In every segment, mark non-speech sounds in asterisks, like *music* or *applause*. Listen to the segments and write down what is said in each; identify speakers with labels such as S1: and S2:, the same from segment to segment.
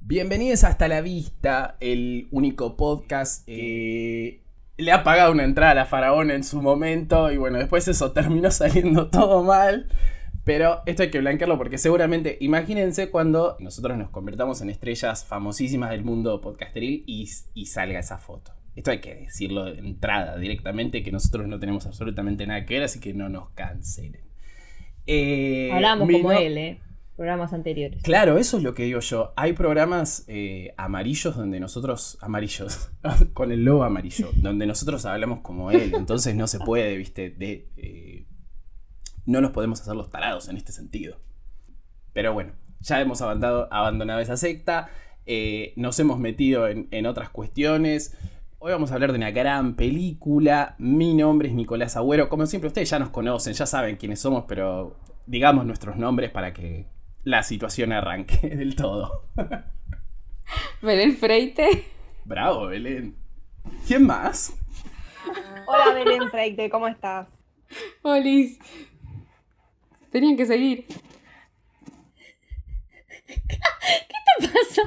S1: Bienvenidos a Hasta la Vista, el único podcast que le ha pagado una entrada a Faraón en su momento y bueno, después eso terminó *laughs* saliendo todo mal. Pero esto hay que blanquearlo porque seguramente, imagínense cuando nosotros nos convertamos en estrellas famosísimas del mundo podcasteril y, y salga esa foto. Esto hay que decirlo de entrada directamente, que nosotros no tenemos absolutamente nada que ver, así que no nos cancelen. Eh,
S2: Hablamos
S1: mi
S2: como
S1: no-
S2: él, ¿eh? Programas anteriores.
S1: Claro, eso es lo que digo yo. Hay programas eh, amarillos donde nosotros, amarillos, *laughs* con el logo amarillo, donde nosotros hablamos como él, entonces no se puede, viste, de... eh, no nos podemos hacer los tarados en este sentido. Pero bueno, ya hemos abandonado, abandonado esa secta, eh, nos hemos metido en, en otras cuestiones. Hoy vamos a hablar de una gran película. Mi nombre es Nicolás Agüero. Como siempre, ustedes ya nos conocen, ya saben quiénes somos, pero digamos nuestros nombres para que la situación arranque *laughs* del todo.
S3: Belén Freite. *laughs*
S1: Bravo, Belén. ¿Quién más?
S4: Hola Belén Freite, ¿cómo estás?
S3: Olis. Tenían que seguir.
S5: ¿Qué
S3: *laughs*
S5: pasa?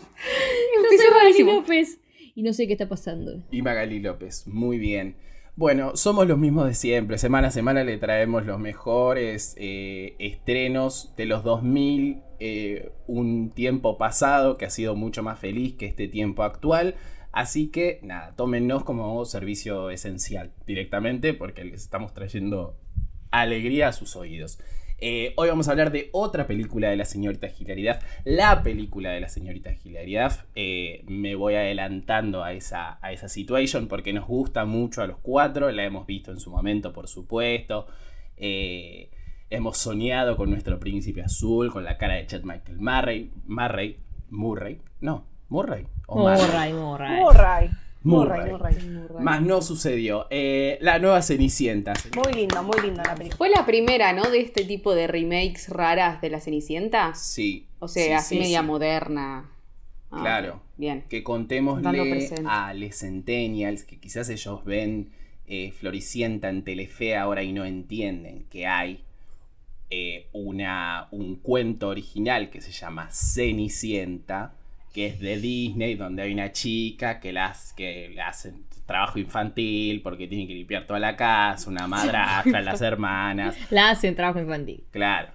S5: No
S3: Estoy
S5: soy Magali
S3: buenísimo.
S5: López y no sé qué está pasando.
S1: Y Magali López, muy bien. Bueno, somos los mismos de siempre. Semana a semana le traemos los mejores eh, estrenos de los 2000, eh, un tiempo pasado que ha sido mucho más feliz que este tiempo actual. Así que nada, tómennos como servicio esencial directamente porque les estamos trayendo alegría a sus oídos. Eh, hoy vamos a hablar de otra película de la señorita Hilaridad, la película de la señorita Hilaridad. me voy adelantando a esa, a esa situación porque nos gusta mucho a los cuatro, la hemos visto en su momento, por supuesto. Eh, hemos soñado con nuestro príncipe azul, con la cara de Chet Michael Murray. Murray, Murray, no, Murray. o Murray.
S5: Morray, morray.
S1: Murray.
S4: Murray. Murray.
S1: Más no sucedió. Eh, la nueva Cenicienta.
S4: Muy linda, muy linda la película.
S3: Fue la primera, ¿no? De este tipo de remakes raras de la Cenicienta.
S1: Sí.
S3: O sea,
S1: sí,
S3: así
S1: sí,
S3: media
S1: sí.
S3: moderna. Ah,
S1: Claro.
S3: Bien.
S1: que
S3: Dando
S1: contémosle
S3: presente.
S1: a les centennials que quizás ellos ven eh, Floricienta en Telefe ahora y no entienden que hay eh, una, un cuento original que se llama Cenicienta, que es de Disney, donde hay una chica que, las, que le hacen trabajo infantil porque tiene que limpiar toda la casa,
S3: *laughs*
S1: una madrastra, las hermanas,
S5: La hacen trabajo infantil.
S1: Claro.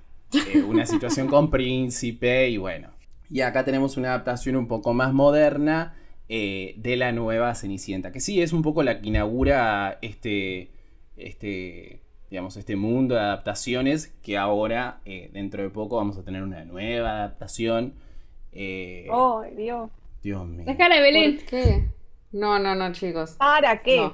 S1: Eh, una situación con príncipe y bueno. Y acá tenemos una adaptación un poco más moderna eh, de la nueva Cenicienta, que sí es un poco la que inaugura este, este, digamos, este mundo de adaptaciones que ahora, eh, dentro de poco, vamos a tener una nueva adaptación. Eh,
S4: Oh, Dios.
S1: Dios mío.
S5: La cara de Belén.
S3: ¿Por qué? No, no, no, chicos.
S4: ¿Para qué?
S3: No.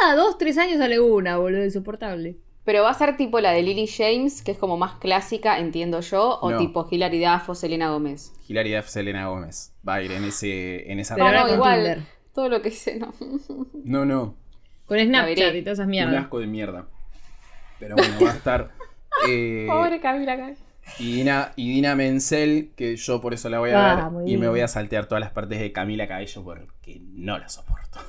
S5: Cada dos, tres años sale una, boludo, insoportable.
S3: Pero va a ser tipo la de Lily James, que es como más clásica, entiendo yo, o
S1: No.
S3: tipo Hilary Duff o Selena Gómez.
S1: Hilary Duff, Selena Gómez va a ir en, ese, en esa
S5: Pero
S1: rama.
S5: ahora
S3: no,
S5: con
S3: igual.
S5: Tinder.
S3: Todo lo que hice, no.
S1: No, no.
S5: Con
S3: La
S5: Snapchat
S3: veré.
S5: y todas esas
S1: Un
S5: mierdas.
S1: asco de mierda. Pero bueno, va a estar. eh,
S3: Pobre Camila Gal.
S1: Y Dina, y Dina Menzel, que yo por eso la voy a
S5: Ah,
S1: ver.
S5: muy
S1: Y me
S5: bien.
S1: voy a saltear todas las partes de Camila Cabello porque no la soporto. *laughs*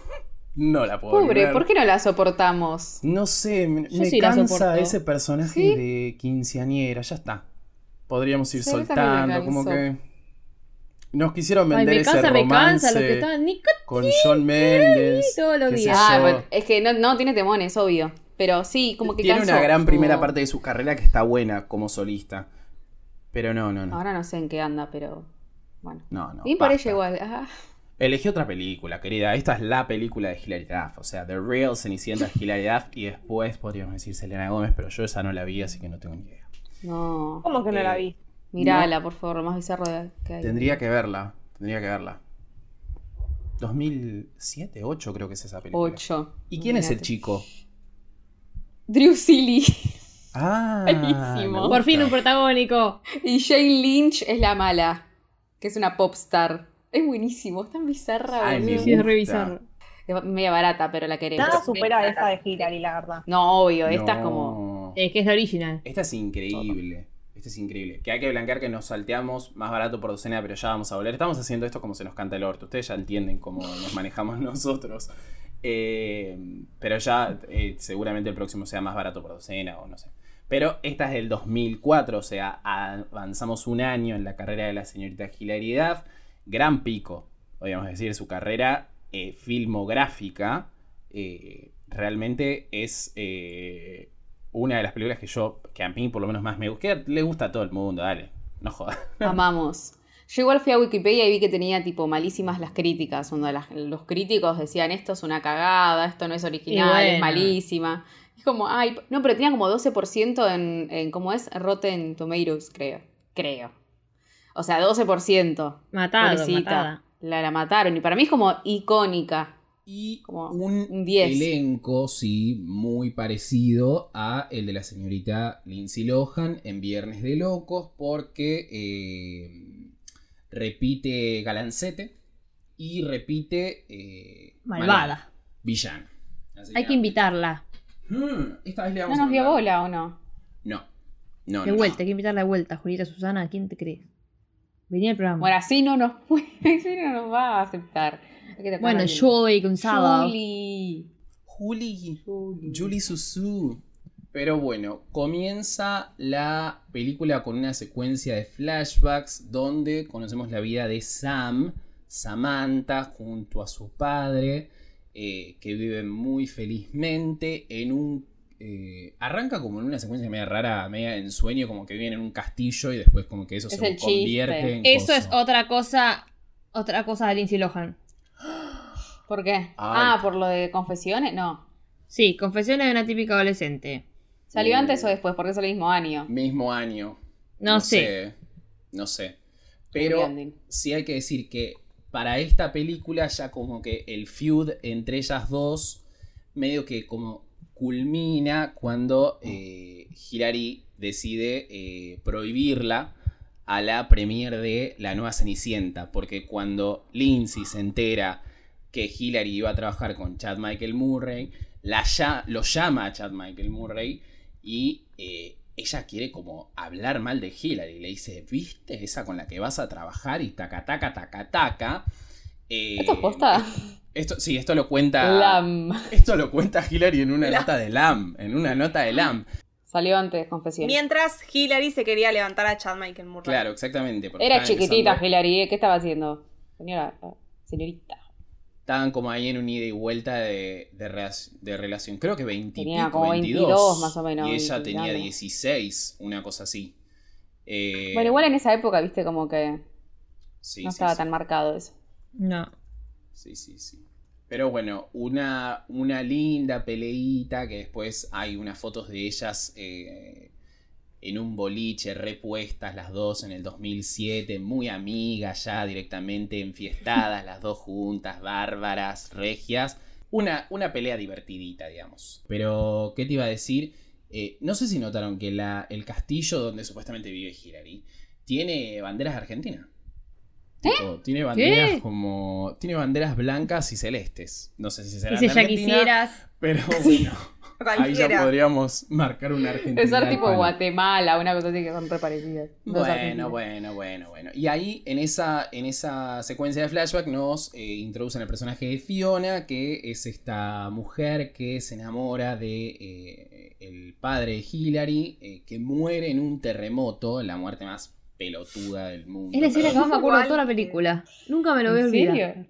S1: No la puedo
S3: Pobre,
S1: ver.
S3: ¿por qué no la soportamos?
S1: No sé, me,
S5: Yo
S1: me
S5: sí la
S1: cansa
S5: soporto.
S1: ese personaje
S3: ¿Sí?
S1: de quinceañera, ya está. Podríamos ir
S3: Sí, a mí también me
S1: soltando, como que...
S3: cansó.
S1: Nos quisieron
S5: Ay,
S1: vender
S5: me
S1: ese
S5: cansa, me
S1: romance
S5: cansa los que estaban. Nico
S1: con John Mendes.
S5: todos los
S1: qué sé
S5: días.
S3: Ah,
S1: yo.
S3: bueno, es que no, no tiene temones, obvio. Pero sí, como que Oh.
S1: Tiene
S3: cansó
S1: una gran
S3: su-
S1: primera parte de su carrera que está buena como solista. Pero no, no, no.
S3: Ahora no sé en qué anda, pero bueno.
S1: No, no.
S3: Bien por
S1: basta.
S3: ella igual. ajá.
S1: Elegí otra película, querida. Esta es la película de Hilary Duff. O sea, The Real Cenicienta es Hilary Duff. Y después podríamos decir Selena Gómez, pero yo esa no la vi, así que no tengo ni idea.
S3: No.
S4: ¿Cómo que no
S1: Eh,
S4: la vi?
S3: Mírala, por favor, lo más bizarro de- que hay.
S1: Tendría que verla. Tendría que verla. 2007, 8 creo que es esa película.
S3: Ocho.
S1: ¿Y quién es el
S3: Mirate.
S1: chico?
S3: Drew Seeley. *laughs*
S1: Ah,
S3: Buenísimo.
S1: me gusta.
S5: Por fin un protagónico.
S3: Y Jane Lynch es la mala, que es una popstar. Es buenísimo, es tan bizarra,
S1: Ay,
S3: boludo.
S5: Sí, es
S1: gusta.
S5: revisar.
S3: Es media barata, pero la queremos.
S4: Nada supera esa de Hilary, la verdad.
S3: No, obvio, esta es
S1: No.
S3: como...
S5: Es que es la original.
S1: Esta es increíble. Esta es increíble. Que hay que blanquear que nos salteamos más barato por docena, pero ya vamos a volver. Estamos haciendo esto como se nos canta el orto. Ustedes ya entienden cómo nos manejamos *laughs* nosotros. Eh, pero ya eh, seguramente el próximo sea más barato por docena o no sé. Pero esta es del 2004, o sea, avanzamos un año en la carrera de la señorita Hilaridad. Gran pico, podríamos decir, su carrera eh, filmográfica. eh, realmente es eh, una de las películas que yo, que a mí por lo menos más me gusta. que Le gusta a todo el mundo, dale, no jodas.
S3: *laughs* Amamos. Yo igual fui a Wikipedia y vi que tenía tipo malísimas las críticas, donde los críticos decían esto es una cagada, esto no es original,
S5: Y bueno.
S3: es malísima. Es como, ay, no, pero tenía como 12% en, en ¿cómo es? Rotten Tomatoes, creo. Creo. O sea, 12%.
S5: Matado,
S3: Pobrecita.
S5: matada.
S3: La, la mataron. Y para mí es como icónica.
S1: *laughs* Y
S3: Como
S1: un
S3: un 10.
S1: elenco, sí, muy parecido a el de la señorita Lindsay Lohan en Viernes de Locos, porque eh, repite Galancete y repite eh,
S5: Malvada.
S1: Villana. Así
S5: Hay que invitarla.
S1: Mm, esta vez le
S3: ¿No
S1: vamos a
S3: nos dio
S1: mandar.
S3: bola o no?
S1: No. No,
S5: De
S1: no,
S5: vuelta, hay
S1: no.
S5: que invitarla de vuelta. Julieta Susana, ¿quién te crees? Venía al programa.
S3: Bueno, así no nos *laughs* puede, así no nos va a aceptar. Hay que tratar
S5: Bueno,
S3: bien.
S5: Joey Gonzalo.
S3: Julie.
S1: Juli.
S3: Julie.
S1: Julie Susu. Pero bueno, comienza la película con una secuencia de flashbacks donde conocemos la vida de Sam, Samantha, junto a su padre, eh, que viven muy felizmente en un... eh, arranca como en una secuencia media rara, media en sueño, como que viven en un castillo y después como que eso
S3: Es
S1: se
S3: el
S1: convierte
S3: chiste.
S1: en...
S5: Eso
S1: coso.
S5: es otra cosa, otra cosa de Lindsay Lohan.
S3: ¿Por qué?
S1: Ay.
S3: Ah, por lo de confesiones, no.
S5: Sí, confesiones de una típica adolescente.
S3: ¿Salió
S1: Mm.
S3: antes o después? Porque es el mismo año.
S1: Mismo año.
S5: No, sé.
S1: No sé. Pero...
S3: Happy ending.
S1: sí hay que decir que para esta película ya como que el feud entre ellas dos medio que como culmina cuando eh, Hilary decide eh, prohibirla a la premier de La Nueva Cenicienta, porque cuando Lindsay se entera que Hillary iba a trabajar con Chad Michael Murray, la ya, lo llama a Chad Michael Murray y eh, ella quiere como hablar mal de Hillary. Le dice, ¿viste esa con la que vas a trabajar? Y taca, taca, taca, taca. Eh,
S3: Esto es posta. *laughs*
S1: Esto, sí, esto lo cuenta.
S3: Lam.
S1: Esto lo cuenta Hillary en una nota de LAM. En una nota de LAM.
S3: Ah. Salió antes confesiones.
S4: Mientras Hillary se quería levantar a Chad Michael Murray.
S1: Claro, exactamente. porque
S3: Era
S1: estaban
S3: chiquitita
S1: empezando-
S3: Hillary, ¿eh? ¿qué estaba haciendo? Señora, eh, señorita.
S1: Estaban como ahí en un ida y vuelta de, de relac- de relación. Creo que 20 y
S3: Tenía
S1: pico,
S3: como
S1: 22,
S3: 22 más o menos,
S1: Y ella
S3: 20 y
S1: tenía
S3: algo.
S1: 16, una cosa así. Eh,
S3: Bueno, igual en esa época, viste, como que
S1: sí,
S3: no
S1: sí,
S3: estaba
S1: sí.
S3: tan marcado eso.
S5: No.
S1: Sí, sí, sí. Pero bueno, una, una linda peleita que después hay unas fotos de ellas eh, en un boliche repuestas las dos en el 2007, muy amigas ya directamente, enfiestadas las dos juntas, bárbaras, regias. Una, una pelea divertidita, digamos. Pero, ¿qué te iba a decir? Eh, no sé si notaron que la, el castillo donde supuestamente vive Hilary tiene banderas de Argentina.
S3: ¿Eh?
S1: Tipo, tiene banderas
S5: ¿Qué?
S1: como. Tiene banderas blancas y celestes. No sé si será
S5: Y si ya quisieras.
S3: *laughs*
S1: Pero bueno, ahí ya
S4: *laughs* Cualquiera.
S1: podríamos marcar una Argentina.
S3: Es ser
S1: al
S3: tipo
S1: palo.
S3: Guatemala, una cosa así que son re parecidas. Dos
S1: Bueno,
S3: argentinas.
S1: bueno, bueno, bueno. Y ahí, en esa, en esa secuencia de flashback, nos eh, introducen al personaje de Fiona, que es esta mujer que se enamora de eh, el padre de Hillary, eh, que muere en un terremoto, la muerte más pelotuda del mundo.
S5: Es la escena que más me acuerdo de toda la
S4: Igual que-
S5: película. Nunca me Ah, lo voy a
S3: ¿En
S5: olvidar.
S3: serio?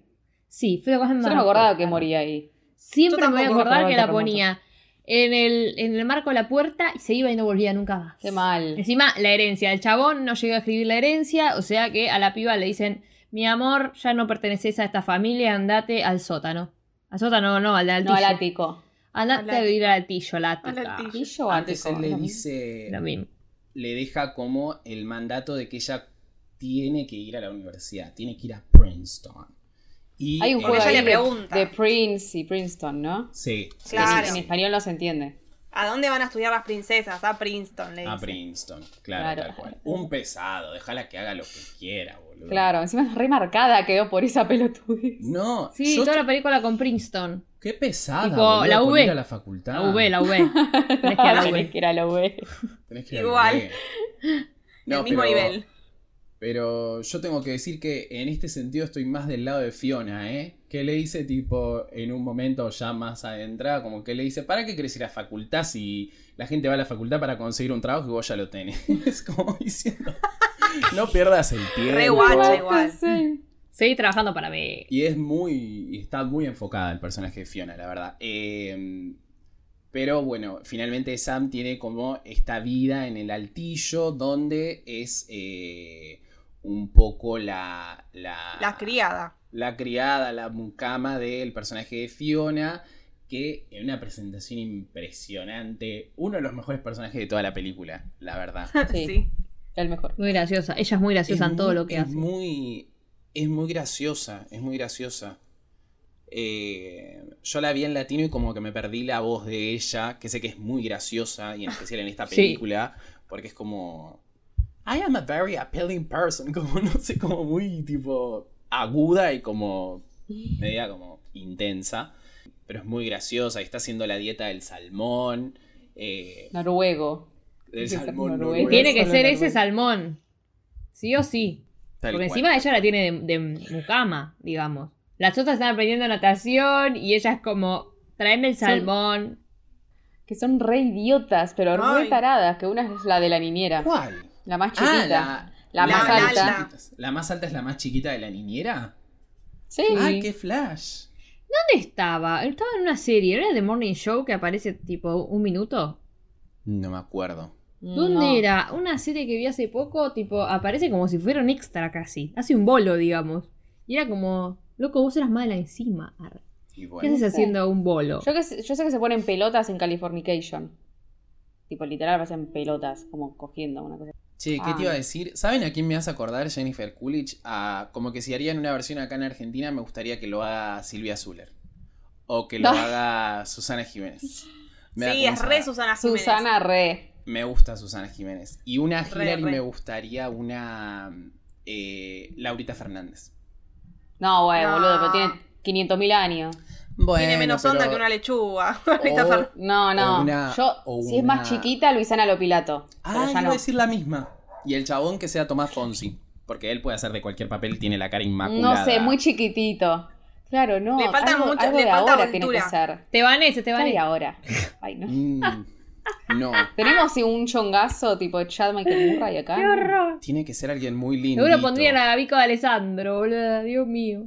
S5: Sí, fue la cosa más
S3: Yo no me acordaba que moría ahí.
S5: Siempre
S4: Yo
S5: me voy a
S3: tampoco me
S5: acordar
S3: acordaba
S5: que
S3: del
S5: la
S3: terremoto.
S5: ponía en el, en el marco de la puerta y se iba y no volvía nunca más.
S3: Qué mal.
S5: Encima, la herencia. El chabón no llega a escribir la herencia, o sea que a la piba le dicen, mi amor, ya no perteneces a esta familia, andate al sótano. Al sótano, no, al altillo.
S3: No, al ático.
S5: Andate
S4: Al
S5: a vivir al altillo, la
S4: Al
S5: ática.
S4: altillo.
S3: ¿Pillo o
S1: Antes
S3: ático?
S1: él le
S3: ¿No?
S1: dice,
S5: Lo mismo.
S1: le deja como el mandato de que ella tiene que ir a la universidad, tiene que ir a Princeton. Y,
S3: Hay un
S1: eh,
S3: juego
S4: ella
S3: ahí
S4: le
S3: de-
S4: pregunta.
S3: de Prince y Princeton, ¿no?
S1: Sí, sí,
S4: Claro.
S1: sí,
S3: En
S1: sí.
S3: español no se entiende.
S4: ¿A dónde van a estudiar las princesas? A Princeton, le
S1: A
S4: dice.
S1: Ah, Princeton, claro,
S3: Claro.
S1: tal cual. Un pesado, déjala que haga lo que quiera, boludo.
S3: Claro, encima es remarcada quedó por esa pelotudez.
S1: *laughs* No,
S5: Sí,
S1: yo-
S5: toda la película con Princeton.
S1: qué pesada,
S5: Tipo,
S1: boludo,
S5: la
S1: por
S5: V.
S1: ir a la facultad.
S5: La V, la V. Tenés que ir a la
S3: Tenés
S5: V.
S3: que ir a la V.
S1: Tenés que ir a la
S4: Igual.
S1: V. No,
S4: Del mismo
S1: pero-
S4: nivel.
S1: Pero yo tengo que decir que en este sentido estoy más del lado de Fiona, ¿eh? que le dice tipo en un momento ya más adentrada, como que le dice, ¿para qué querés ir a facultad si la gente va a la facultad para conseguir un trabajo y vos ya lo tenés? *laughs* Es como diciendo, no pierdas el tiempo.
S4: Re guacha igual.
S3: Sí.
S5: Seguí trabajando para mí.
S1: Y es muy. y está muy enfocada el personaje de Fiona, la verdad. Eh, pero bueno, finalmente Sam tiene como esta vida en el altillo donde es eh, un poco la. La,
S4: La *laughs* criada.
S1: la criada, la mucama del personaje de Fiona. Que en una presentación impresionante. Uno de los mejores personajes de toda la película, la verdad.
S3: Sí.
S4: Sí.
S3: El mejor.
S5: Muy graciosa. Ella es muy graciosa
S1: Es
S5: en todo
S1: muy-
S5: lo que
S1: es
S5: hace.
S1: Muy, es muy graciosa, es muy graciosa. Eh, yo la vi en latino y como que me perdí la voz de ella, que sé que es muy graciosa, y en especial en esta
S5: *laughs* Sí.
S1: película, porque es como... I am a very appealing person, *laughs* como no sé, como muy tipo aguda y como media como intensa, pero es muy graciosa y está haciendo la dieta del salmón, eh,
S3: Noruego.
S1: del
S3: Dieta
S1: salmón
S3: noruega.
S1: noruego,
S5: Tiene que
S3: Solo
S5: ser
S3: la
S5: ese
S3: hermana.
S5: salmón. Sí o sí.
S1: tal
S5: Porque
S1: cual.
S5: encima ella la tiene de, de mucama, digamos. Las otras están aprendiendo natación y ella es como, tráeme el salmón.
S3: Que son re idiotas, pero re
S4: Ay.
S3: taradas. Que una es la de la niñera.
S1: ¿Cuál?
S3: La más
S1: Ah,
S3: chiquita. la
S4: más alta.
S1: La más alta es la más chiquita de la niñera.
S3: Sí.
S1: Ah, qué flash.
S5: ¿Dónde estaba? Estaba en una serie, ¿no era The Morning Show que aparece tipo un minuto?
S1: No me acuerdo.
S3: Mm,
S5: ¿Dónde
S3: no.
S5: era? Una serie que vi hace poco, tipo, aparece como si fuera un extra casi. Hace un bolo, digamos. Y era como, loco, vos eras mala encima. arre.
S1: Y
S5: ¿Qué
S1: bueno,
S5: haces haciendo un bolo?
S3: Yo, que sé, yo sé que se ponen pelotas en Californication. Tipo, literal, parecen pelotas, como cogiendo una cosa.
S1: che, ¿qué
S3: Ah.
S1: te iba a decir? ¿Saben a quién me hace acordar Jennifer Coolidge? A, como que si harían una versión acá en Argentina, me gustaría que lo haga Silvia Zuller. O
S4: *laughs*
S1: que lo
S3: Ay.
S1: haga Susana Jiménez. Me da
S4: Sí,
S1: como
S4: es
S1: esa-
S4: re Susana Jiménez.
S3: Susana Re.
S1: Me gusta Susana Jiménez. Y una
S4: Re,
S1: Hillary
S4: re.
S1: me gustaría una eh, Laurita Fernández.
S3: No, güey,
S4: No.
S3: boludo, pero tiene 500.000 años.
S4: Tiene menos
S1: pero-
S4: onda que una lechuga. *laughs*
S1: o-
S4: Ahorita Fer-
S3: No, no.
S1: O una-
S3: yo,
S1: o
S3: si es más
S1: una-
S3: chiquita, Luisana Lopilato.
S1: Ah,
S3: pero ya
S1: iba
S3: no.
S1: a decir la misma. Y el chabón que sea Tomás Fonsi. Porque él puede hacer de cualquier papel, tiene la cara inmaculada.
S3: No sé, muy chiquitito. Claro, no.
S4: Le falta
S3: algo,
S4: mucho-
S3: algo
S4: le
S3: de
S4: falta
S3: ahora tiene que
S4: cultura.
S3: ser.
S5: Te van ese, te
S3: ¿Qué
S5: van
S3: hay
S5: ese. *laughs*
S3: ahora? Ay, no.
S1: Mm, no,
S3: Tenemos sí, un chongazo tipo Chad Michael Murray acá.
S5: ¡Qué horror!
S1: tiene que ser alguien muy lindo.
S5: Seguro pondrían a Vico de Alessandro, boludo. Dios mío.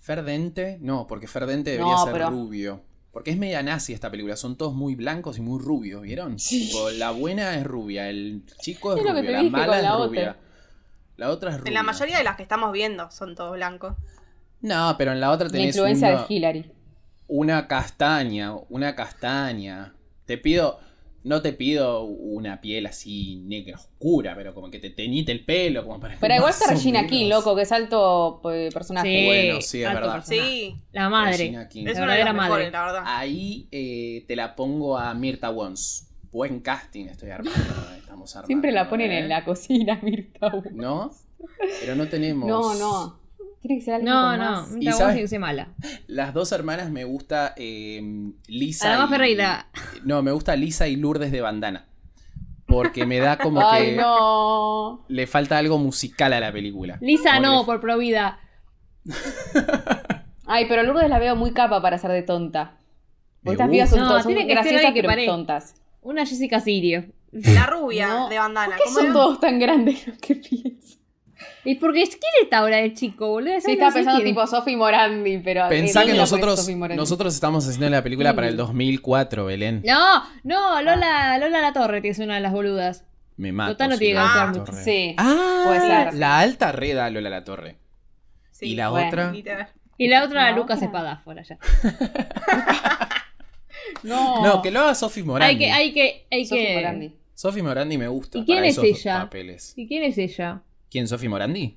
S1: Ferdente, no, porque Ferdente debería
S3: No,
S1: ser
S3: pero-
S1: rubio. Porque es media nazi esta película, son todos muy blancos y muy rubios, ¿vieron?
S3: Sí.
S1: Tipo, la buena es rubia, el chico es,
S3: Es lo que
S1: rubio,
S3: te
S1: la
S3: dije con
S1: mala es
S3: la otra.
S1: rubia. La otra es rubia.
S4: En la mayoría de las que estamos viendo son todos blancos.
S1: No, pero en la otra
S3: La
S1: tenés
S3: influencia
S1: uno-
S3: de Hillary.
S1: Una castaña, una castaña. Te pido, no te pido una piel así negra oscura, pero como que te teñite el pelo, como para que *laughs*
S3: Pero igual
S1: más
S3: está
S1: o
S3: Regina
S1: menos.
S3: King, loco, que es alto eh, personaje.
S1: Bueno, sí, es
S5: alto
S1: verdad.
S5: personaje.
S4: Sí.
S5: La madre.
S1: Regina King.
S4: Es
S5: La
S4: una de
S5: verdadera
S4: las
S5: madre.
S4: mejores, la verdad.
S1: Ahí eh, te la pongo a Mirta Wons. Buen casting estoy armando, *laughs* estamos armando.
S3: Siempre la ponen
S1: ¿eh?
S3: en la cocina, *laughs* Mirta. Bueno.
S1: ¿No? Pero no tenemos.
S3: No, no. Tiene que ser alguien
S5: No,
S3: con
S5: no.
S3: más.
S5: Nunca
S1: ¿Y
S5: vamos a
S1: sabes?
S5: decir que sea mala.
S1: Las dos hermanas me gusta eh, Lisa.
S5: Además,
S1: y-
S5: Ferreira.
S1: No, me gusta Lisa y Lourdes de Bandana. Porque me da como
S3: *laughs* Ay,
S1: que
S3: no.
S1: le falta algo musical a la película.
S5: Lisa
S1: Como
S5: no,
S1: que-
S5: por provida.
S3: Ay, pero Lourdes la veo muy capa para ser de tonta.
S1: Me
S3: Porque estas pibas son
S5: gusta.
S3: todas
S5: No, tiene
S3: son
S5: que ser
S3: graciosas
S5: alguien que
S3: pero
S5: parezca.
S3: tontas.
S5: Una Jessica Sirio.
S4: La
S1: Eh.
S4: rubia
S3: No.
S4: de bandana.
S3: ¿Qué
S4: ¿Cómo
S3: son
S4: era?
S3: todos tan grandes *laughs* los que piensan?
S5: ¿Y porque es quién está ahora el chico, boludo?
S3: Sí, estaba pensando tipo Sophie Morandi, pero.
S1: Pensá
S3: eh,
S1: que
S3: dímela por
S1: nosotros,
S3: Sophie Morandi.
S1: nosotros estamos haciendo la película para el 2004, Belén.
S5: No, no,
S1: Ah.
S5: Lola, Lola La Torre, que es una de las boludas.
S1: Me mato.
S5: Total, no
S1: sí,
S5: tiene que
S1: Lola
S4: actuar
S1: La Tota
S5: mucho.
S1: Torre.
S3: Sí.
S1: Ah,
S3: Puede ser.
S1: la alta reda Lola La Torre.
S4: Sí,
S1: y la
S3: bueno,
S1: otra.
S4: literal.
S5: Y la otra,
S3: ¿La
S5: Lucas
S3: otra?
S5: Espadáfola ya.
S3: No.
S1: No, que lo haga Sofi Morandi.
S5: Hay que, hay que, hay
S3: Sophie
S5: que.
S3: Morandi.
S1: Sofi Morandi me gusta.
S5: ¿Y quién
S1: para
S5: es
S1: esos
S5: ella?
S1: papeles.
S5: ¿Y quién es ella?
S1: ¿Quién, Sofi Morandi?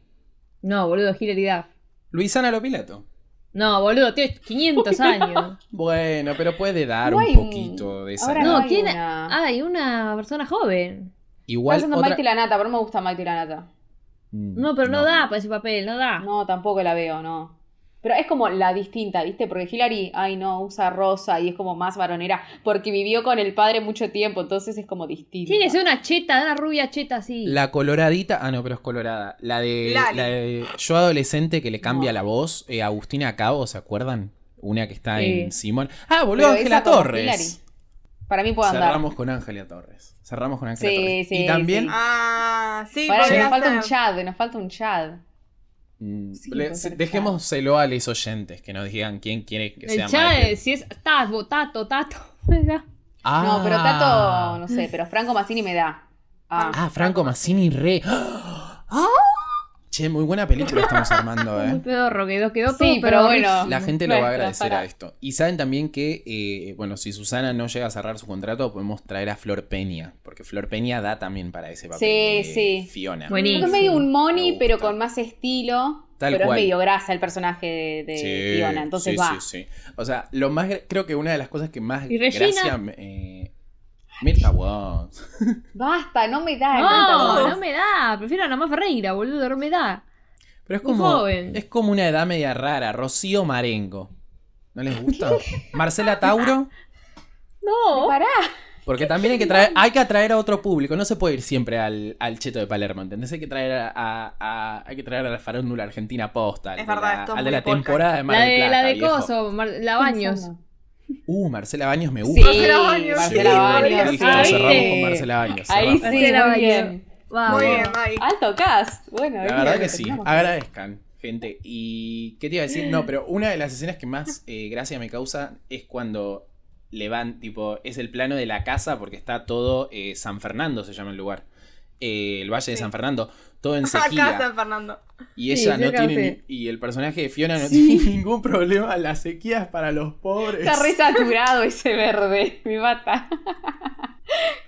S5: No, boludo, Hilary Duff.
S1: Luisana Lopilato.
S5: No, boludo, tiene 500 años.
S1: Bueno, pero puede dar
S3: No hay
S1: un
S3: un-
S1: poquito de esa.
S3: ahora Ah,
S5: No,
S3: hay
S5: tiene.
S3: una.
S5: Ay, una persona joven.
S3: Estaba
S1: Igual
S3: pensando en
S1: otra-
S3: Maite Lanata, pero no me gusta Maite Lanata.
S1: Mm, Ah.
S5: No, pero no, da para ese papel, no da.
S3: No, tampoco la veo, no. Pero es como la distinta, ¿viste? Porque Hillary, ay no, usa rosa y es como más varonera, porque vivió con el padre mucho tiempo, entonces es como distinta.
S5: Tiene que ser una cheta, una rubia cheta así.
S1: La coloradita, ah no, pero es colorada. La de,
S4: Lali.
S1: la de yo adolescente que le cambia la voz, eh, Agustina Cabo, ¿se acuerdan? Una que está
S5: Sí.
S1: en Simón. Ah,
S3: Pero
S1: boludo, Ángela
S3: esa como
S1: Torres.
S3: Hillary. Para mí puedo andar.
S1: Cerramos con Ángela Torres. Cerramos con Ángela
S3: Sí,
S1: Torres.
S3: sí,
S1: y también
S3: sí.
S4: Ah, sí,
S3: Pará, que
S4: podría
S3: nos falta
S4: ser.
S3: un Chad, nos falta un Chad.
S1: mm,
S3: Sí,
S1: le-
S3: puede ser
S1: dejémoselo a los oyentes que nos digan quién quiere que sea
S5: el chat,
S1: Michael.
S5: es- si es Tato, Tato, Tato. *laughs*
S1: Ah.
S3: No, pero Tato, no sé, pero Franco Massini me da. Ah,
S1: Ah, Franco Massini re. *gasps* ¡Ah! Che, muy buena película estamos
S3: *laughs*
S1: armando,
S5: Muy
S1: eh.
S5: pedorro quedó, quedó
S3: Sí,
S5: todo
S3: pero
S5: pedorrísimo.
S3: bueno.
S1: La gente lo va a
S3: Nuestra,
S1: agradecer a
S3: pará.
S1: esto. Y saben también que, eh, bueno, si Susana no llega a cerrar su contrato, podemos traer a Flor Peña. Porque Flor Peña da también para ese papel.
S3: Sí,
S1: de
S3: sí.
S1: Fiona.
S3: porque
S5: Buenísimo.
S3: es medio un
S1: Me
S3: money,
S1: gusta.
S3: pero con más estilo.
S1: Tal
S3: pero
S1: cual.
S3: es medio grasa el personaje de, de
S1: Sí,
S3: Fiona, entonces
S1: sí,
S3: va.
S1: sí, sí. O sea, lo más gra- creo que una de las cosas que más
S5: ¿Y Regina?
S1: gracia me- eh, Mirta Wong.
S3: Basta, no me da el
S5: No,
S3: protagonismo.
S5: no me da. Prefiero a Namá Ferreira, boludo, no me da.
S1: Pero es
S5: Muy
S1: como
S5: joven.
S1: es como una edad media rara, Rocío Marengo. ¿No les
S3: *laughs*
S1: gusta? Marcela Tauro,
S5: No.
S3: Pará.
S1: porque también hay que traer hay que atraer a otro público, no se puede ir siempre al, al cheto de Palermo, ¿entendés? Hay que traer a, a- a- hay que traer a la farándula argentina posta, al
S4: Es
S1: de
S4: verdad,
S1: la,
S4: esto es
S1: al de
S4: muy
S1: la
S4: polka.
S1: temporada de Mar
S5: La
S1: del
S5: de,
S1: Plata,
S5: la de
S1: viejo.
S5: Coso, Mar- la Baños.
S1: Uh, Marcela Baños me
S3: Sí,
S1: gusta.
S4: Marcela Baños.
S3: Marcela
S4: Sí,
S3: Baños.
S1: Listo,
S5: Ahí
S1: cerramos con
S5: sí.
S1: Marcela Baños. cerramos.
S3: Ahí sí,
S5: Marcela
S3: muy
S5: Baños.
S3: bien.
S5: Vamos.
S4: Muy bien, Mike.
S3: Alto cast. Bueno,
S1: La
S3: viste,
S1: verdad
S3: lo
S1: que sí,
S3: terminamos.
S1: agradezcan, gente. ¿Y qué te iba a decir? No, pero una de las escenas que más eh, gracia me causa es cuando le van, tipo, es el plano de la casa porque está todo eh, San Fernando, se llama el lugar. Eh, el Valle de
S4: Sí. Ah,
S1: San Fernando, todo *laughs*
S4: *laughs*
S1: en
S4: Acá
S1: sequía.
S4: San Fernando.
S1: Y
S5: Sí,
S1: ella no
S5: cerca,
S1: tiene,
S5: sí.
S1: ni- y el personaje de Fiona no tiene *laughs* ningún problema, la sequía es para los pobres.
S3: Está resaturado ese verde, *laughs* me mata.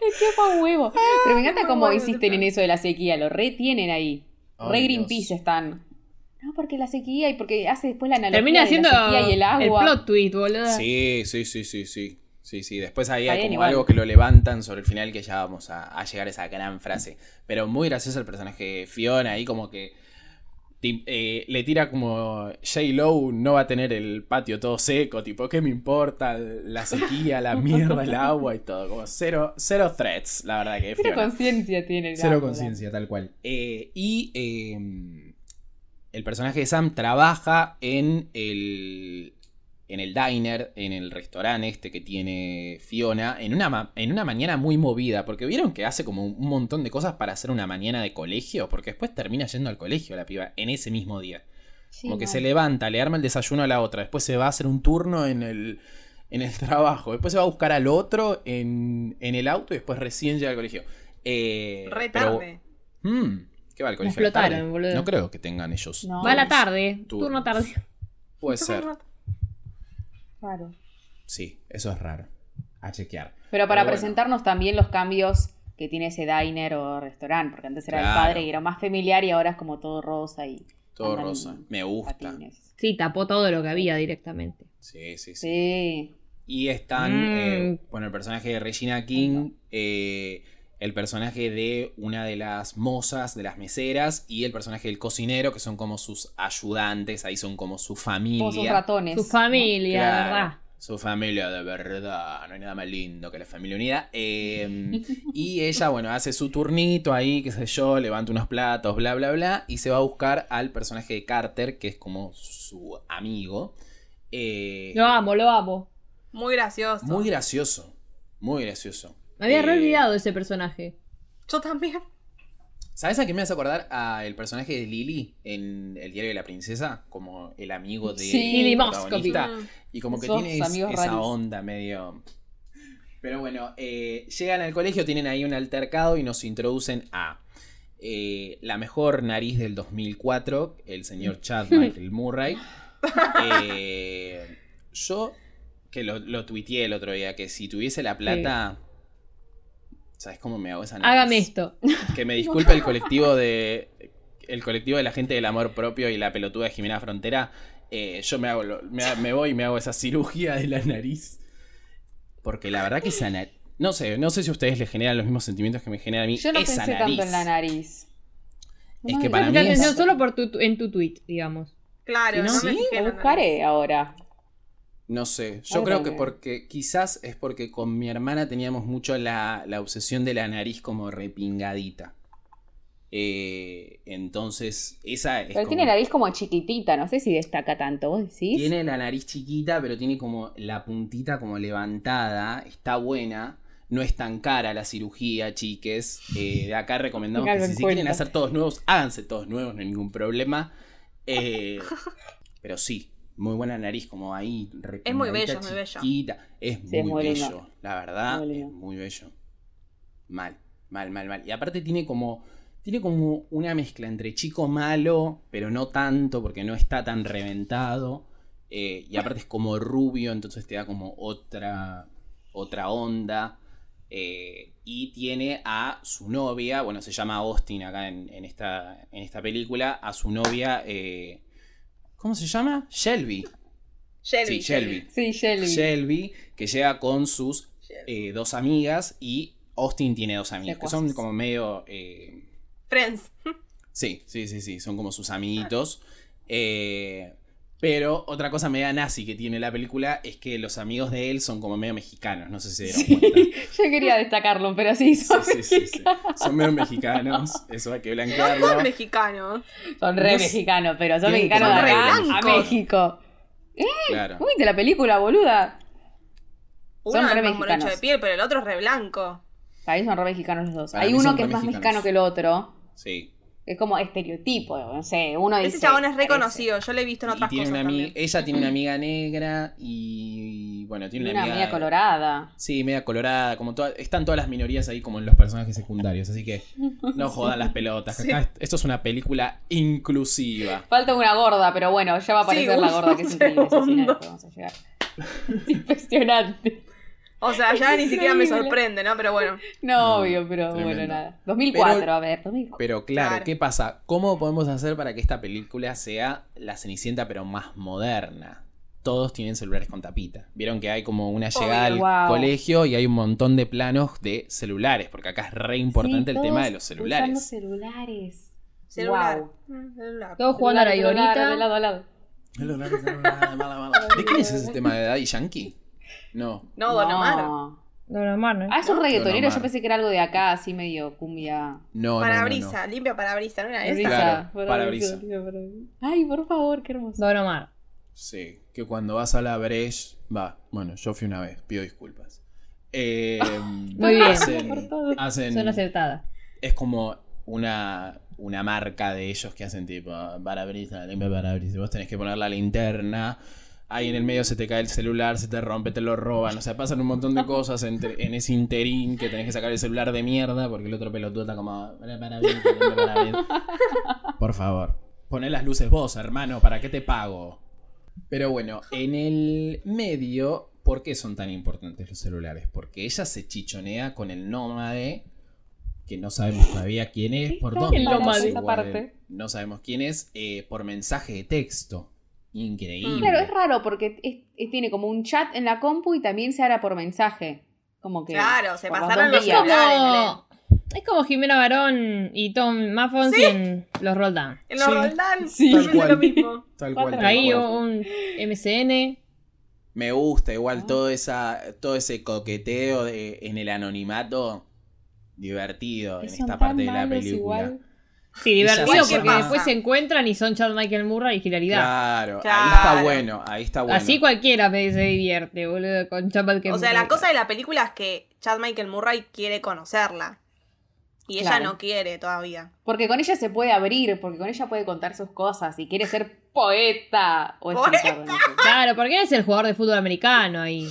S3: Es que pa' huevo. Pero me encanta
S4: muy
S3: cómo
S4: bueno,
S3: insisten
S4: te
S3: en eso de la sequía, lo retienen ahí.
S1: Ay,
S3: re
S1: Dios.
S3: Greenpeace están. No, porque la sequía y porque hace después la analogía
S5: Termina
S3: de
S5: siendo
S3: la sequía y el agua.
S5: plot twist, boludo.
S1: Sí, sí, sí, sí, sí. Sí, sí, después ahí
S3: Está
S1: hay
S3: bien,
S1: como
S3: igual.
S1: algo que lo levantan sobre el final que ya vamos a, a llegar a esa gran frase. Pero muy gracioso el personaje de Fiona ahí como que ti- eh, le tira como J-Lo no va a tener el patio todo seco, tipo, ¿qué me importa? La sequía, la mierda, el agua y todo. Como cero, cero threats, la verdad que
S3: Cero
S1: Fiona.
S3: conciencia tiene el
S1: Cero
S3: árbol.
S1: conciencia, tal cual. Eh, y eh, el personaje de Sam trabaja en el, en el diner, en el restaurante este que tiene Fiona, en una, ma- en una mañana muy movida, porque vieron que hace como un montón de cosas para hacer una mañana de colegio, porque después termina yendo al colegio la piba en ese mismo día.
S3: Sí,
S1: Como que
S3: mal.
S1: se levanta, le arma el desayuno a la otra, después se va a hacer un turno en el, en el *laughs* trabajo, después se va a buscar al otro en, en el auto y después recién llega al colegio. Eh,
S4: Re
S1: pero-
S4: tarde.
S1: Mm, ¿Qué va al colegio?
S5: La
S1: a la tarde?
S5: explotaron, boludo.
S1: No creo que tengan ellos.
S3: No.
S5: Va a la
S1: turnos.
S5: tarde,
S1: Turnos.
S5: turno tarde. *laughs*
S1: Puede ser,
S3: Claro.
S1: sí, eso es raro. A chequear. Pero
S3: Pero para
S1: bueno.
S3: presentarnos también los cambios que tiene ese diner o restaurante, porque antes era
S1: Claro.
S3: el padre y era más familiar y ahora es como todo rosa y
S1: Todo
S3: Andan
S1: rosa. Me gusta.
S3: patines.
S5: Sí, tapó todo lo que había directamente.
S1: Sí, sí, sí.
S3: Sí.
S1: Y están,
S5: Mm.
S1: eh, bueno, el personaje de Regina King, eh, el personaje de una de las mozas, de las meseras, y el personaje del cocinero, que son como sus ayudantes, ahí son como su familia.
S3: Como sus ratones.
S5: Su familia,
S1: Claro,
S5: ¿verdad?
S1: Su familia de verdad, no hay nada más lindo que la familia
S5: *laughs*
S1: unida. Eh, y ella, bueno, hace su turnito ahí, qué sé yo, levanta unos platos, bla, bla, bla, y se va a buscar al personaje de Carter, que es como su amigo. Eh,
S5: Lo amo, lo amo.
S4: Muy gracioso.
S1: Muy gracioso, muy gracioso.
S5: Me había
S1: Eh,
S5: re olvidado ese personaje.
S4: Yo también.
S1: ¿Sabes a qué me hace acordar? A el personaje de Lily en El diario de la princesa, como el amigo de
S3: Sí.
S5: Lily
S1: del
S5: Moscovich.
S1: protagonista.
S4: Mm.
S1: Y como que
S3: Esos
S1: tiene es-
S3: amigos
S1: esa
S3: raros.
S1: onda medio. Pero bueno, eh, llegan al colegio, tienen ahí un altercado y nos introducen a eh, la mejor nariz del 2004, el señor Chad
S3: *laughs*
S1: Michael Murray. Eh, yo, que lo, lo tuiteé el otro día, que si tuviese la plata. ¿Sabes cómo me hago esa nariz?
S5: Hágame esto.
S1: Que
S3: *laughs*
S1: me disculpe el colectivo de. El colectivo de la gente del amor propio y la pelotuda de Jimena Frontera. eh, yo me hago lo- me, ha- me voy y me hago esa cirugía de la nariz. Porque la verdad que esa nariz. No sé, no sé si a ustedes les generan los mismos sentimientos que me generan a mí.
S3: Yo no
S1: esa
S3: pensé
S1: nariz.
S3: tanto en la
S1: Es
S3: nariz.
S1: que
S3: me
S1: para
S5: Presta
S1: mí
S3: llama
S5: atención
S1: es-
S5: solo por tu, tu- en tu tweet, digamos. Si
S4: Claro, no,
S5: no,
S4: me
S1: ¿sí?
S4: fijé,
S3: Lo
S4: no, no.
S3: buscaré ahora.
S1: No sé, yo
S3: Algo
S1: creo que
S3: me-
S1: porque quizás es porque con mi hermana teníamos mucho la, la obsesión de la nariz como repingadita. Eh, entonces, esa es...
S3: Pero
S1: como-
S3: tiene nariz como chiquitita, no sé si destaca tanto, ¿vos decís?
S1: Tiene la nariz chiquita, pero tiene como la puntita como levantada, está buena. No es tan cara la cirugía, chiques. Eh, de acá recomendamos que
S3: Ténganlo
S1: si
S3: en
S1: se quieren
S3: cuenta.
S1: hacer todos nuevos, háganse todos nuevos, no hay ningún problema. Eh, *laughs* pero sí, muy buena nariz, como ahí.
S4: Es
S1: reclinadita,
S4: muy bella, es muy bella.
S1: chiquita. Es
S3: Sí, es
S1: muy
S3: muy
S1: bello,
S3: lindo.
S1: la verdad,
S3: Muy lindo.
S1: es muy bello. Mal, mal, mal, mal. Y aparte tiene como, tiene como una mezcla entre chico malo, pero no tanto, porque no está tan reventado. Eh, y aparte es como rubio, entonces te da como otra, otra onda. Eh, y tiene a su novia, bueno, se llama Austin acá en, en esta, en esta película, a su novia, eh, ¿cómo se llama? Shelby.
S4: Shelby.
S1: Sí, Shelby.
S3: Sí, Shelby.
S1: Shelby, que llega con sus
S4: Shelby.
S1: eh, dos amigas y Austin tiene dos amigas, que son
S3: Secuaces.
S1: como medio... eh,
S4: Friends.
S1: sí, sí, sí, sí, son como sus amiguitos. Eh, pero otra cosa media nazi que tiene la película es que los amigos de él son como medio mexicanos, no sé si se dieron
S3: Sí.
S1: cuenta.
S3: Yo quería destacarlo, pero sí,
S1: Sí,
S3: son,
S1: sí, sí, sí. Son medio mexicanos, eso hay que blanquearlo.
S4: Son mexicanos.
S3: son re
S1: No sé.
S3: mexicanos, pero son
S1: Tienen
S3: mexicanos
S4: como
S3: de
S4: re
S3: acá a
S4: blancos.
S3: México.
S1: Claro.
S3: ¿Cómo viste la película, boluda? Son
S4: Uno
S3: re
S4: es más morocho
S3: mexicanos.
S4: de piel, pero el otro es re blanco.
S3: Para mí son re mexicanos los dos.
S1: Para
S3: Hay
S1: mí
S3: uno
S1: son
S3: que
S1: re
S3: es más
S1: mexicanos.
S3: mexicano que el otro.
S1: Sí.
S3: Es como estereotipo, no sé, uno dice...
S4: Ese chabón es
S3: parece.
S4: reconocido, yo lo he visto en
S1: Y
S4: otras
S1: tiene
S4: cosas
S1: una ami- *laughs*
S4: también.
S1: ella tiene una amiga negra y bueno,
S3: Y
S1: tiene
S3: Una,
S1: una,
S3: amiga colorada.
S1: Sí, media colorada, como toda- están todas las minorías ahí como en los personajes secundarios, así
S4: *laughs*
S1: que no jodan las pelotas. que
S4: Sí.
S1: acá esto es una película inclusiva.
S3: Falta una gorda, pero bueno, ya va a
S4: Sí,
S3: aparecer la
S4: un
S3: gorda que es increíble. esa escena
S4: segundo.
S3: que vamos a llegar. *laughs* Es impresionante.
S4: O sea, ya ni siquiera me
S3: Increíble.
S4: sorprende, ¿no? Pero bueno.
S1: No,
S3: No, obvio, pero bueno,
S1: tremendo.
S3: nada. 2004,
S1: Pero-
S3: a ver, 2004.
S1: Pero claro,
S4: Claro.
S1: ¿qué pasa? ¿Cómo podemos hacer para que esta película sea la Cenicienta pero más moderna? Todos tienen celulares con tapita. Vieron que hay como una llegada al
S3: wow.
S1: colegio y hay un montón de planos de celulares, porque acá es re importante el tema de los celulares.
S3: celulares.
S4: Celular.
S3: Wow.
S4: Mm, celular.
S5: Todos jugando a la
S3: De
S5: Ionita.
S3: lado a lado.
S1: Celular, celular, mala, mala. ¿De quién es ese tema de Daddy Yankee? No.
S4: No, Don Omar.
S5: No, no, Mar, ¿no?
S3: Ah, es un
S1: Don
S3: reggaetonero.
S1: Omar.
S3: Yo pensé que era algo de acá, así medio cumbia.
S1: No, no, no, no.
S4: Parabrisa, limpia parabrisa, ¿no era
S3: Brisa,
S4: Ah, esa?
S1: Claro, parabrisa.
S3: parabrisa. Ay, por favor, qué hermoso.
S5: Don Omar.
S1: Sí, que cuando vas a la Breche, va, bueno, yo fui una vez, pido disculpas. Eh,
S5: Muy bien.
S1: Hacen,
S3: Por todo.
S1: hacen-
S5: Son aceptadas.
S1: es como una, una marca de ellos que hacen tipo "Ah, parabrisa, limpia parabrisa, vos tenés que poner la linterna. Ahí en el medio se te cae el celular, se te rompe, te lo roban. O sea, pasan un montón de cosas entre- en ese interín que tenés que sacar el celular de mierda porque el otro pelotudo está como. "Para, para, bien, para, para, bien". Por favor, poné las luces vos, hermano, ¿para qué te pago? Pero bueno, en el medio, ¿por qué son tan importantes los celulares? Porque ella se chichonea con el nómade, que no sabemos todavía quién es, por
S3: Está
S1: dónde.
S5: el
S1: pasa
S5: nómade.
S1: su
S3: Esa
S1: guardia-
S3: parte.
S1: No sabemos quién es, eh, por mensaje de texto. Increíble.
S3: Claro, es raro porque es- es- tiene como un chat en la compu y también se hará por mensaje. Como que.
S4: Claro, se
S3: por
S4: pasaron
S3: dos
S4: los
S3: vías.
S4: celulares.
S5: Como... Es como Jimena Barón y Tom Maffons en Los Roldán.
S4: En los
S1: Sí.
S4: Roldán,
S3: Sí.
S4: yo
S1: Tal
S4: hice
S1: cual.
S4: lo mismo.
S1: Tal
S3: cual, tal
S5: Ahí oh.
S1: cual.
S5: un MCN.
S1: Me gusta igual
S3: Ah.
S1: todo, esa, todo ese coqueteo de- en el anonimato divertido en esta parte de la película.
S5: Sí,
S1: Ella
S5: divertido
S4: se
S5: porque
S4: llama-
S5: después se encuentran y son Chad Michael Murray y hilaridad.
S1: Claro, ahí
S4: Claro.
S1: está bueno, ahí está bueno.
S5: Así cualquiera me- se divierte, boludo, con Chad Michael
S4: O sea,
S5: Murray.
S4: la cosa de la película es que Chad Michael Murray quiere conocerla. Y ella
S3: Claro.
S4: no quiere todavía.
S3: Porque con ella se puede abrir, porque con ella puede contar sus cosas y quiere ser poeta o escritor. no sé.
S5: Claro, porque él es el jugador de fútbol americano ahí.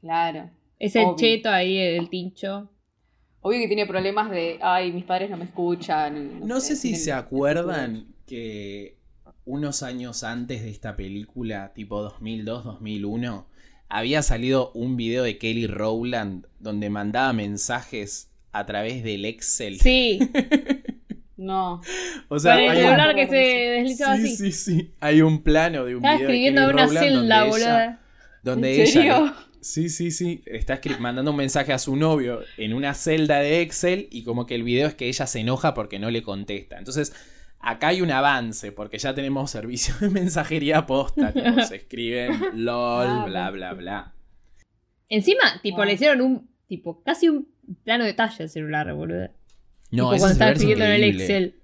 S3: Claro.
S5: Es el
S3: Obvio.
S5: cheto ahí, el tincho.
S3: Obvio que tiene problemas de, ay, mis padres no me escuchan.
S1: No sé si
S3: tienen-
S1: se acuerdan que unos años antes de esta película, tipo 2002, 2001, había salido un video de Kelly Rowland donde mandaba mensajes a través del Excel. *laughs*
S5: Sí,
S3: No.
S1: O sea,
S5: con el
S1: hay un-
S5: celular que se deslizaba
S1: sí,
S5: así.
S1: sí, sí. Hay un plano de un
S5: Estaba
S1: video de
S5: escribiendo
S1: Kelly
S5: en una
S1: Rowland
S5: celda,
S1: donde ella-
S5: boludo.
S1: donde
S3: ¿En
S1: ella
S3: serio? *laughs*
S1: Sí, sí, sí. Está escri- mandando un mensaje a su novio en una celda de Excel y como que el video es que ella se enoja porque no le contesta. Entonces, Acá hay un avance, porque ya tenemos servicio de mensajería
S5: *laughs*
S1: posta. tipo, se escriben
S5: Ah,
S1: LOL, bla, bla, bla.
S5: Encima, tipo,
S3: Wow.
S5: le hicieron un, tipo, casi un plano de detalle al celular, boludo.
S1: No,
S5: tipo,
S1: ese
S5: cuando
S1: celular
S5: estaba
S1: es
S5: escribiendo en el
S1: increíble.
S5: Excel.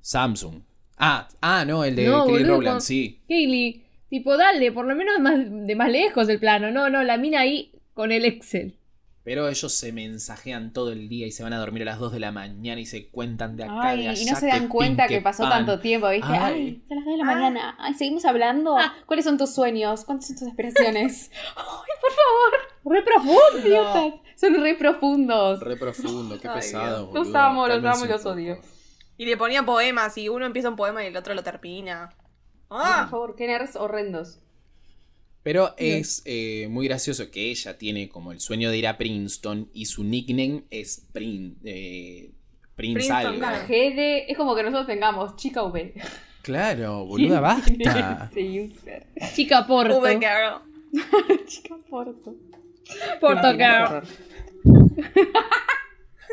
S1: Samsung. Ah, ah, no, el de
S5: No,
S1: Kelly
S5: boludo,
S1: Rowland,
S5: con-
S1: sí.
S5: Kaylee, tipo, dale, por lo menos de más, de más lejos el plano. No, no, la mina ahí con el Excel.
S1: Pero ellos se mensajean todo el día y se van a dormir a las 2 de la mañana y se cuentan de acá, de allá.
S3: Ay, y no se
S1: que
S3: dan cuenta
S1: pin,
S3: que pasó
S1: pan.
S3: tanto tiempo, ¿viste?
S1: Ay.
S3: Ay, son las 2 de la
S4: Ah.
S3: mañana. Ay, seguimos hablando.
S5: Ah.
S3: ¿Cuáles son tus sueños? ¿Cuántas son tus
S1: *laughs*
S3: aspiraciones?
S5: Re profundo.
S3: Idiotas, son re profundos.
S1: Re profundo, qué
S4: Ay,
S1: pesado.
S4: Dios.
S1: boludo.
S3: Los amo, los
S1: Cálmense
S3: amo y
S1: un
S3: los
S1: poco.
S3: odio.
S4: Y le ponía poemas y uno empieza un poema y el otro lo termina.
S3: Por
S4: ¡Ah!
S3: favor, qué nerds horrendos.
S1: Pero es eh, muy gracioso que ella tiene como el sueño de ir a Princeton y su nickname es Prin- eh, Prince
S4: Princeton,
S1: algo.
S4: claro.
S3: GD, es como que nosotros tengamos chica V. *laughs*
S1: Claro, boluda, basta.
S3: Sí, ser. *laughs*
S5: Chica Porto.
S4: V *laughs* Girl.
S3: chica Porto.
S5: Porto
S3: Qué
S5: Girl.
S3: horror.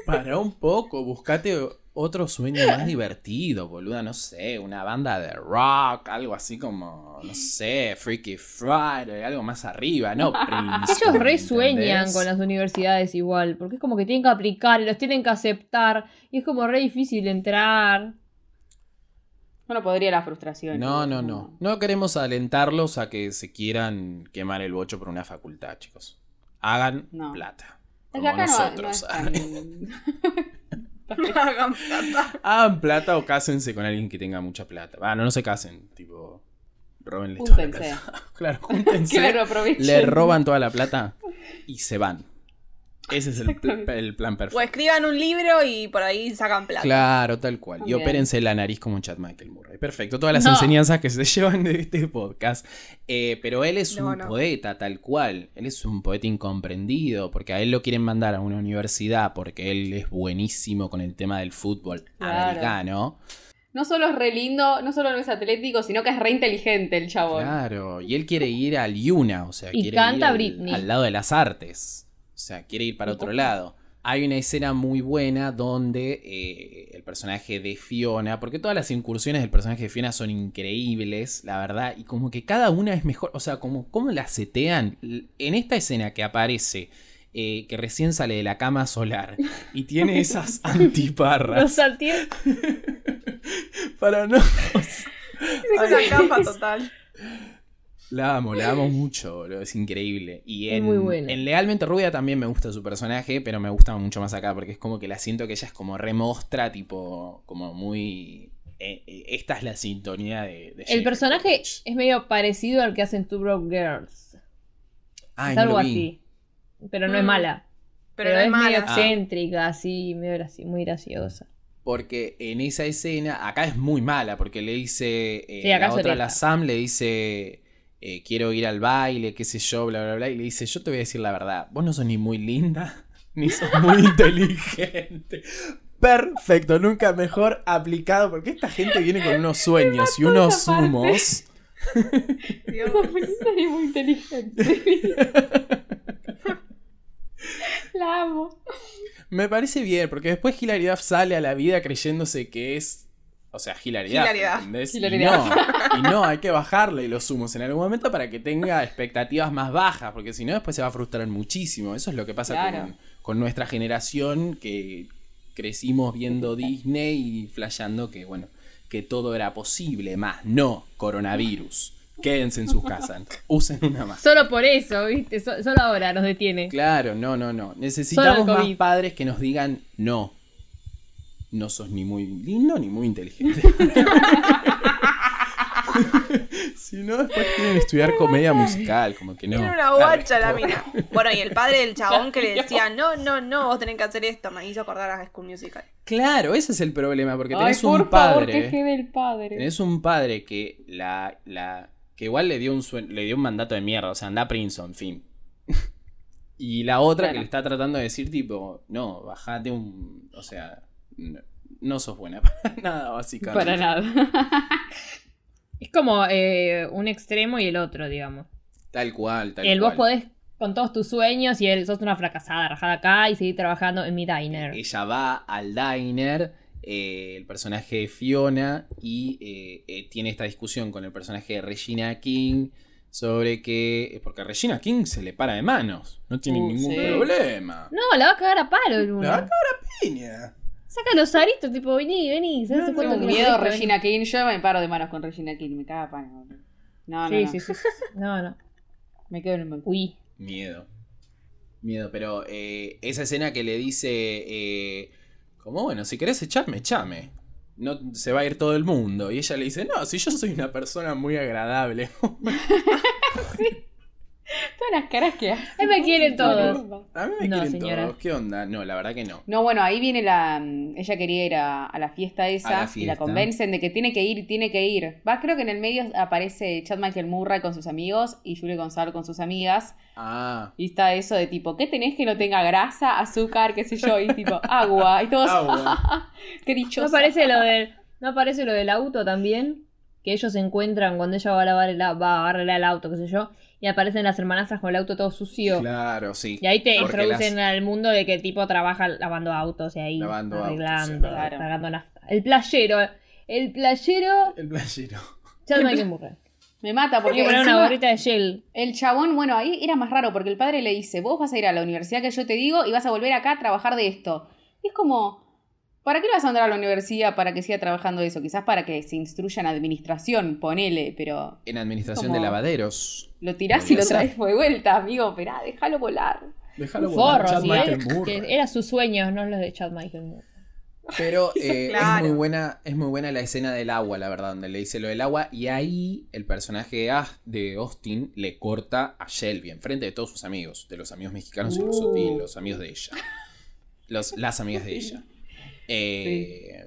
S1: Para un poco, buscate otro sueño más divertido, boluda, no sé, una banda de rock, algo así como, no sé, Freaky Friday, algo más arriba,
S3: *laughs*
S1: ¿no? Princeton,
S5: Ellos re sueñan
S1: ¿entendés?
S5: con las universidades igual, porque es como que tienen que aplicar y los tienen que aceptar, y es como re difícil entrar.
S3: Bueno, podría la frustración.
S1: No, no, no. No queremos alentarlos a que se quieran quemar el bocho por una facultad, chicos. Hagan
S3: No.
S1: plata.
S3: Es
S1: Como
S3: que acá no-
S1: nosotros. *laughs*
S3: no, es tan-
S4: Hagan plata.
S1: Hagan plata o cásense con alguien que tenga mucha plata. Ah, no, no se casen, tipo. Róbenle toda la
S3: Júntense.
S1: plata. *laughs* Claro, júntense.
S3: *laughs* Claro, aprovechen.
S1: Le roban toda la plata y se van. Ese es el, pl- el plan
S4: O
S1: perfecto.
S4: escriban un libro y por ahí sacan plata.
S1: Claro, tal cual.
S3: También.
S1: Y opérense la nariz como un chat Michael Murray. Perfecto, todas las
S5: No.
S1: enseñanzas que se *laughs* llevan de este podcast. Eh, pero él es
S4: No,
S1: un
S4: no.
S1: poeta, tal cual. Él es un poeta incomprendido, porque a él lo quieren mandar a una universidad porque él es buenísimo con el tema del fútbol
S3: Claro.
S1: americano.
S3: No solo es re lindo, no solo no es atlético, sino que es re inteligente el chabón. *laughs*
S1: Claro, y él quiere ir al Yuna, o sea,
S5: Y
S1: quiere
S5: canta
S1: ir al-
S5: Britney.
S1: al lado de las artes. O sea, quiere ir para otro lado. Hay una escena muy buena donde eh, el personaje de Fiona, porque todas las incursiones del personaje de Fiona son increíbles, la verdad, y como que cada una es mejor, o sea, como, como la setean. L- En esta escena que aparece, eh, que recién sale de la cama solar y tiene
S5: *laughs*
S1: esas antiparras, *laughs*
S5: Los salté.
S1: para no
S4: Esa capa total.
S1: La amo, la amo mucho, boludo, es increíble. Y
S5: Es
S1: en,
S5: muy buena.
S1: en Lealmente Rubia también me gusta su personaje, pero me gusta mucho más acá porque es como que la siento que ella es como remostra, tipo, como muy... eh, eh, esta es la sintonía de... de
S5: El
S1: Jennifer
S5: personaje
S1: Coolidge.
S5: es medio parecido al que hacen Two Broke Girls.
S1: Ay,
S5: es
S1: no
S5: algo
S1: lo vi.
S5: así. Pero no es
S4: Mm.
S5: mala.
S4: Pero, no es
S5: medio
S4: mala.
S1: Ah.
S5: excéntrica, así, medio graci- muy graciosa.
S1: Porque en esa escena, acá es muy mala, porque le dice. eh,
S5: Sí, acá
S1: la
S5: es
S1: otra, la
S5: honesta.
S1: Sam, le dice. eh, quiero ir al baile, qué sé yo, bla, bla, bla. Y le dice: Yo te voy a decir la verdad. Vos no sos ni muy linda, *laughs* ni sos muy
S5: *laughs*
S1: inteligente. Perfecto, nunca mejor aplicado, porque esta gente viene con unos sueños y unos
S3: esa parte.
S1: sumos.
S4: Dios.
S3: Esa feminista es
S1: *laughs*
S3: muy inteligente. la amo.
S1: Me parece bien, porque después Hilary Duff sale a la vida creyéndose que es. O sea, Hilary Duff,
S4: Hilary Duff.
S1: ¿entendés?
S3: Hilary
S1: y, no, y no, hay que bajarle los humos en algún momento para que tenga expectativas más bajas, porque si no, después se va a frustrar muchísimo. Eso es lo que pasa
S3: Claro.
S1: con, con nuestra generación que crecimos viendo Disney y flasheando que, bueno, que todo era posible, más no coronavirus. Quédense en sus casas, usen una máscara.
S5: Solo por eso, ¿viste? So- solo ahora nos detiene.
S1: Claro, no, no, no. Necesitamos más
S5: COVID.
S1: padres que nos digan no. No sos ni muy lindo ni muy inteligente. *laughs* si no, después quieren estudiar comedia musical, como que no.
S4: Tiene una guacha la mina. Bueno, y el padre
S1: *laughs*
S4: del chabón que le decía, no, no, no, vos tenés que hacer esto, me hizo acordar a High School Musical.
S1: Claro, ese es el problema, porque
S3: Ay,
S1: tenés
S3: por
S1: un
S3: favor,
S1: padre. eh.
S3: que quede el padre.
S1: Tenés un padre que la, la que igual le dio un sue- le dio un mandato de mierda, o sea, anda a Princeton, fin. *laughs* Y la otra que
S3: Claro.
S1: le está tratando de decir tipo, no, bajate un, o sea, no, no sos buena *laughs* para nada básicamente.
S3: Para
S5: *laughs*
S3: nada.
S5: Es como eh, un extremo y el otro, digamos.
S1: Tal cual, tal
S5: el
S1: cual.
S5: vos podés con todos tus sueños y el sos una fracasada, rajada acá y seguir trabajando en mi diner.
S1: Ella va al diner eh, el personaje de Fiona y eh, eh, tiene esta discusión con el personaje de Regina King sobre que, eh, porque a Regina King se le para de manos, no tiene
S5: Uh,
S1: ningún
S5: sí.
S1: problema.
S5: No, la va a cagar a palo, Luna.
S1: La va a Piña.
S5: Saca los aritos, tipo, vení, vení. ¿Sabes
S1: No,
S5: cuánto
S3: Tengo
S5: que
S3: un
S5: no
S3: miedo,
S5: salís?
S3: Regina King. Yo me paro de manos con Regina King. Me caga pan. boludo. No, no,
S5: Sí,
S3: no.
S5: sí, sí, sí.
S1: *laughs*
S5: No, no.
S3: Me quedo en el banco.
S5: Uy.
S1: Miedo. Miedo, pero eh, esa escena que le dice, eh, como bueno, si querés echarme, echame. No se va a ir todo el mundo. Y ella le dice, no, si yo soy una persona muy agradable.
S3: Todas las caras que hace.
S5: Ahí me quieren todos.
S1: a mí me
S5: No,
S1: quieren
S5: señora.
S1: todos. ¿Qué onda? No, la verdad que no.
S3: No, bueno, ahí viene la. mm, Ella quería ir a, a la fiesta
S1: A
S3: esa
S1: la
S3: y la
S1: fiesta.
S3: convencen de que tiene que ir, tiene que ir. Va, creo que en el medio aparece Chad Michael Murray con sus amigos y Julie Gonzalo con sus amigas.
S1: Ah,
S3: Y está eso de tipo, ¿qué tenés que no tenga grasa, azúcar, qué sé yo? Y tipo, agua. Y todos,
S1: agua.
S3: *laughs* qué
S5: ¿No
S3: dichoso.
S5: aparece, lo del, ¿No aparece lo del auto también? Que ellos se encuentran cuando ella va a lavar el, au- va a agarrar el auto, qué sé yo, y aparecen las hermanastras con el auto todo sucio.
S1: Claro, sí.
S5: Y ahí te
S1: Porque
S5: introducen al mundo de que el tipo trabaja lavando autos y ahí
S1: Lavando autos,
S5: arreglando,
S1: sí,
S3: claro.
S5: cargando nafta. El playero, el playero
S1: El playero.
S5: Chad Michael Murray.
S3: Me mata
S5: Hay que
S3: porque
S5: poner una
S3: encima
S5: gorrita de gel.
S3: el chabón, bueno, ahí era más raro porque el padre le dice, vos vas a ir a la universidad que yo te digo y vas a volver acá a trabajar de esto. Y es como, ¿para qué lo vas a andar a la universidad para que siga trabajando eso? Quizás para que se instruya en administración, ponele, pero
S1: En administración
S3: Como-
S1: de lavaderos.
S3: lo tirás y
S1: Podría
S3: lo
S1: ser.
S3: traes de vuelta, amigo, pero ah, déjalo volar.
S1: Déjalo
S5: Un
S1: volar,
S5: forro,
S1: Chad
S5: sí,
S1: Michael
S5: era-
S1: Murray.
S5: que Era sus sueños, no los de Chad Michael Murray.
S1: Pero eh,
S4: Claro.
S1: es, muy buena, es muy buena la escena del agua, la verdad, donde le dice lo del agua. Y ahí el personaje de As- de Austin le corta a Shelby enfrente de todos sus amigos, de los amigos mexicanos y, los,
S3: Uh.
S1: y los amigos de ella. Los, las amigas de ella. Eh,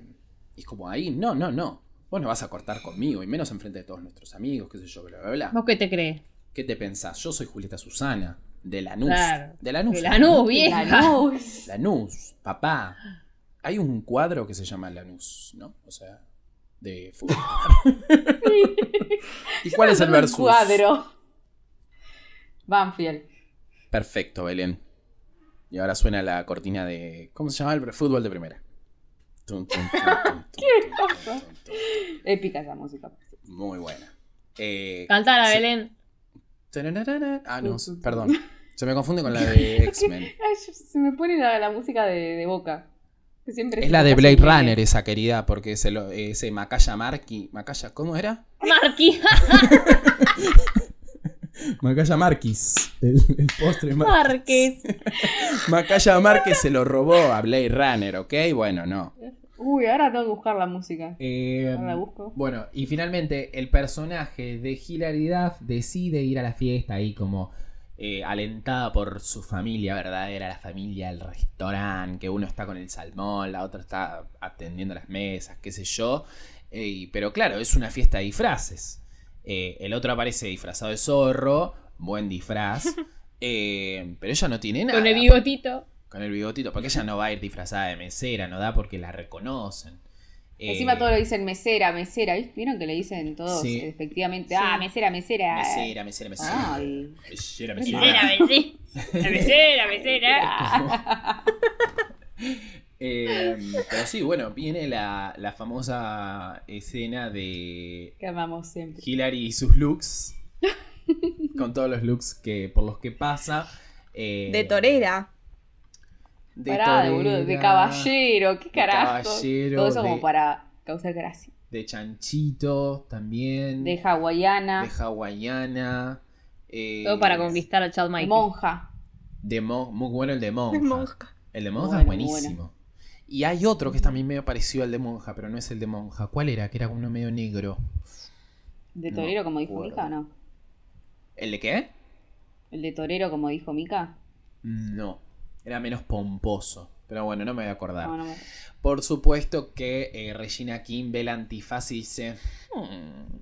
S1: Y es como ahí, no, no, no. Vos no vas a cortar conmigo, y menos enfrente de todos nuestros amigos, qué sé yo, bla, bla, bla.
S5: ¿Vos qué te crees?
S1: ¿Qué te pensás? Yo soy Julieta Susana, de Lanús.
S5: Claro.
S1: De Lanús.
S5: De Lanús, vieja.
S3: Lanús.
S1: Lanús, papá. Hay un cuadro que se llama Lanús, ¿no? O sea, de
S3: *laughs*
S1: fútbol. ¿Y cuál es el
S3: Un
S1: versus?
S3: Cuadro. Banfield.
S1: Perfecto, Belén. Y ahora suena la cortina de. ¿Cómo se llama el fútbol de primera? Tun, tun, tun, tun,
S3: *laughs*
S1: tun, tun, tun, tun, tun.
S3: Épica esa música.
S1: Muy buena. Eh,
S5: Cantar a
S1: sí.
S5: Belén.
S1: Tararara. Ah, no, perdón. Se me confunde con la
S3: *laughs*
S1: de X-Men.
S3: Ay, yo- se me pone la, la música de, de boca. Que Siempre
S1: Es la de Blade Runner esa querida, porque ese, lo- ese Macaya Marqui. Macaya, ¿cómo era?
S5: Marquis.
S1: Macaya Marquis. El, el postre Marquis.
S5: Márquez.
S1: Macaya Márquez se lo robó a Blade Runner, ¿ok? Bueno, no.
S3: Uy, ahora tengo que buscar la música.
S1: Em,
S3: Ahora la busco.
S1: Eh, bueno, y finalmente el personaje de Hilary Duff decide ir a la fiesta ahí como eh, alentada por su familia verdadera, la familia del restaurante, que uno está con el salmón, la otra está atendiendo las mesas, qué sé yo. Eh, y- pero claro, es una fiesta de disfraces. Eh, el otro aparece disfrazado de zorro, buen
S5: *laughs*
S1: disfraz, eh, pero ella no tiene nada.
S5: Con el bigotito.
S1: Con el bigotito, porque ella no va a ir disfrazada de mesera, no da porque la reconocen. Eh,
S3: Encima todo le dicen mesera, mesera. ¿Viste? ¿Vieron que le dicen todos
S1: Sí.
S3: efectivamente?
S5: Sí.
S3: Ah, mesera, mesera.
S1: Mesera, mesera, mesera.
S3: Ay.
S1: Mesera,
S5: Mesera, mesera. La mesera, mesera.
S1: Eh, pero sí, bueno, viene la, la famosa escena de
S3: *laughs* Que amamos siempre.
S1: Hillary y sus looks.
S3: *laughs*
S1: Con todos los looks que por los que pasa. eh,
S4: De torera.
S1: De
S3: Pará, de boludo, de
S1: torera,
S3: caballero. ¿Qué
S1: de
S3: carajo?
S1: caballero,
S3: todo eso
S1: de-
S3: como para causar gracia.
S1: De chanchito también.
S3: De hawaiana,
S1: Mm. de hawaiana. eh,
S5: Todo para conquistar a Chad
S3: de
S5: Michael.
S3: monja.
S1: De mon- muy bueno el *laughs* de monja.
S4: De monja.
S1: El de monja
S3: Muy
S1: es
S3: bueno, muy
S1: buenísimo. Y hay otro que es también medio parecido al de monja, pero no es el de monja. ¿Cuál era? Que era uno medio negro.
S3: De
S1: No
S3: torero, como dijo
S1: acuerdo.
S3: Mika, ¿o no?
S1: ¿El de qué?
S3: El de torero, como dijo Mika.
S1: Mm, No. Era menos pomposo. Pero bueno, no me voy a acordar.
S3: No, no me-
S1: Por supuesto que eh, Regina King ve el antifaz y dice, "Hmm,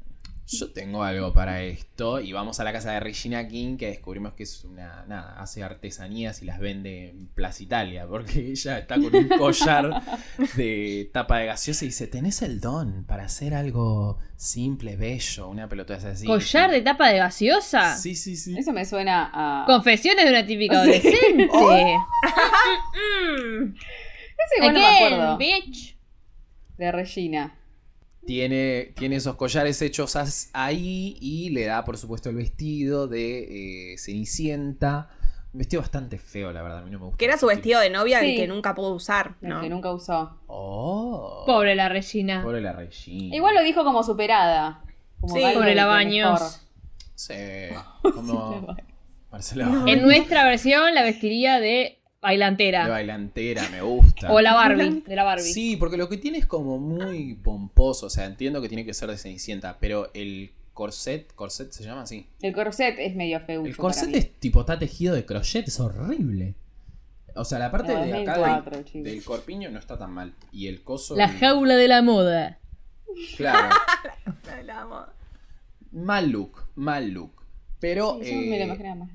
S1: yo tengo algo para esto. Y vamos a la casa de Regina King, que descubrimos que es una, nada, hace artesanías y las vende en Plaza Italia, porque *laughs* ella está con un collar de tapa de gaseosa y dice, tenés el don para hacer algo simple, bello, una pelota así.
S5: Collar de tapa de gaseosa.
S1: Sí, sí, sí.
S3: Eso me suena a.
S5: Confesiones de una típica
S3: Sí.
S5: *laughs* adolescente.
S3: Ese igual no me
S5: Again,
S3: acuerdo.
S5: bitch.
S3: de Regina.
S1: Tiene, tiene esos collares hechos as- ahí y le da, por supuesto, el vestido de eh, Cenicienta. Un vestido bastante feo, la verdad. A mí no me gusta.
S4: Que era su vestido de novia,
S3: Sí.
S4: el que nunca pudo usar,
S3: el
S4: ¿no?
S3: Que nunca usó.
S1: Oh.
S5: Pobre la Regina.
S1: Pobre la Regina.
S3: Igual lo dijo como superada. Como
S4: Sí.
S3: algo
S5: Pobre
S3: de
S5: la
S3: que
S5: Baños.
S3: mejor.
S5: *laughs*
S1: Sí. Como Marcela Baños,
S5: En nuestra versión la vestiría de
S1: de
S5: bailantera.
S1: bailantera, me gusta.
S5: O la Barbie, de la Barbie.
S1: Sí, porque lo que tiene es como muy pomposo. O sea, entiendo que tiene que ser de Cenicienta, pero el corset, corset se llama así.
S3: El corset es medio feo.
S1: El corset es tipo, está tejido de crochet, es horrible. O sea, la parte
S3: No,
S1: de acá
S3: 2004,
S1: del,
S3: chicos.
S1: del corpiño no está tan mal. Y el coso.
S5: La jaula de la moda.
S1: Claro.
S4: La moda.
S1: Mal look, mal look. Pero
S3: Yo me lo
S1: eh,
S3: imaginaba más.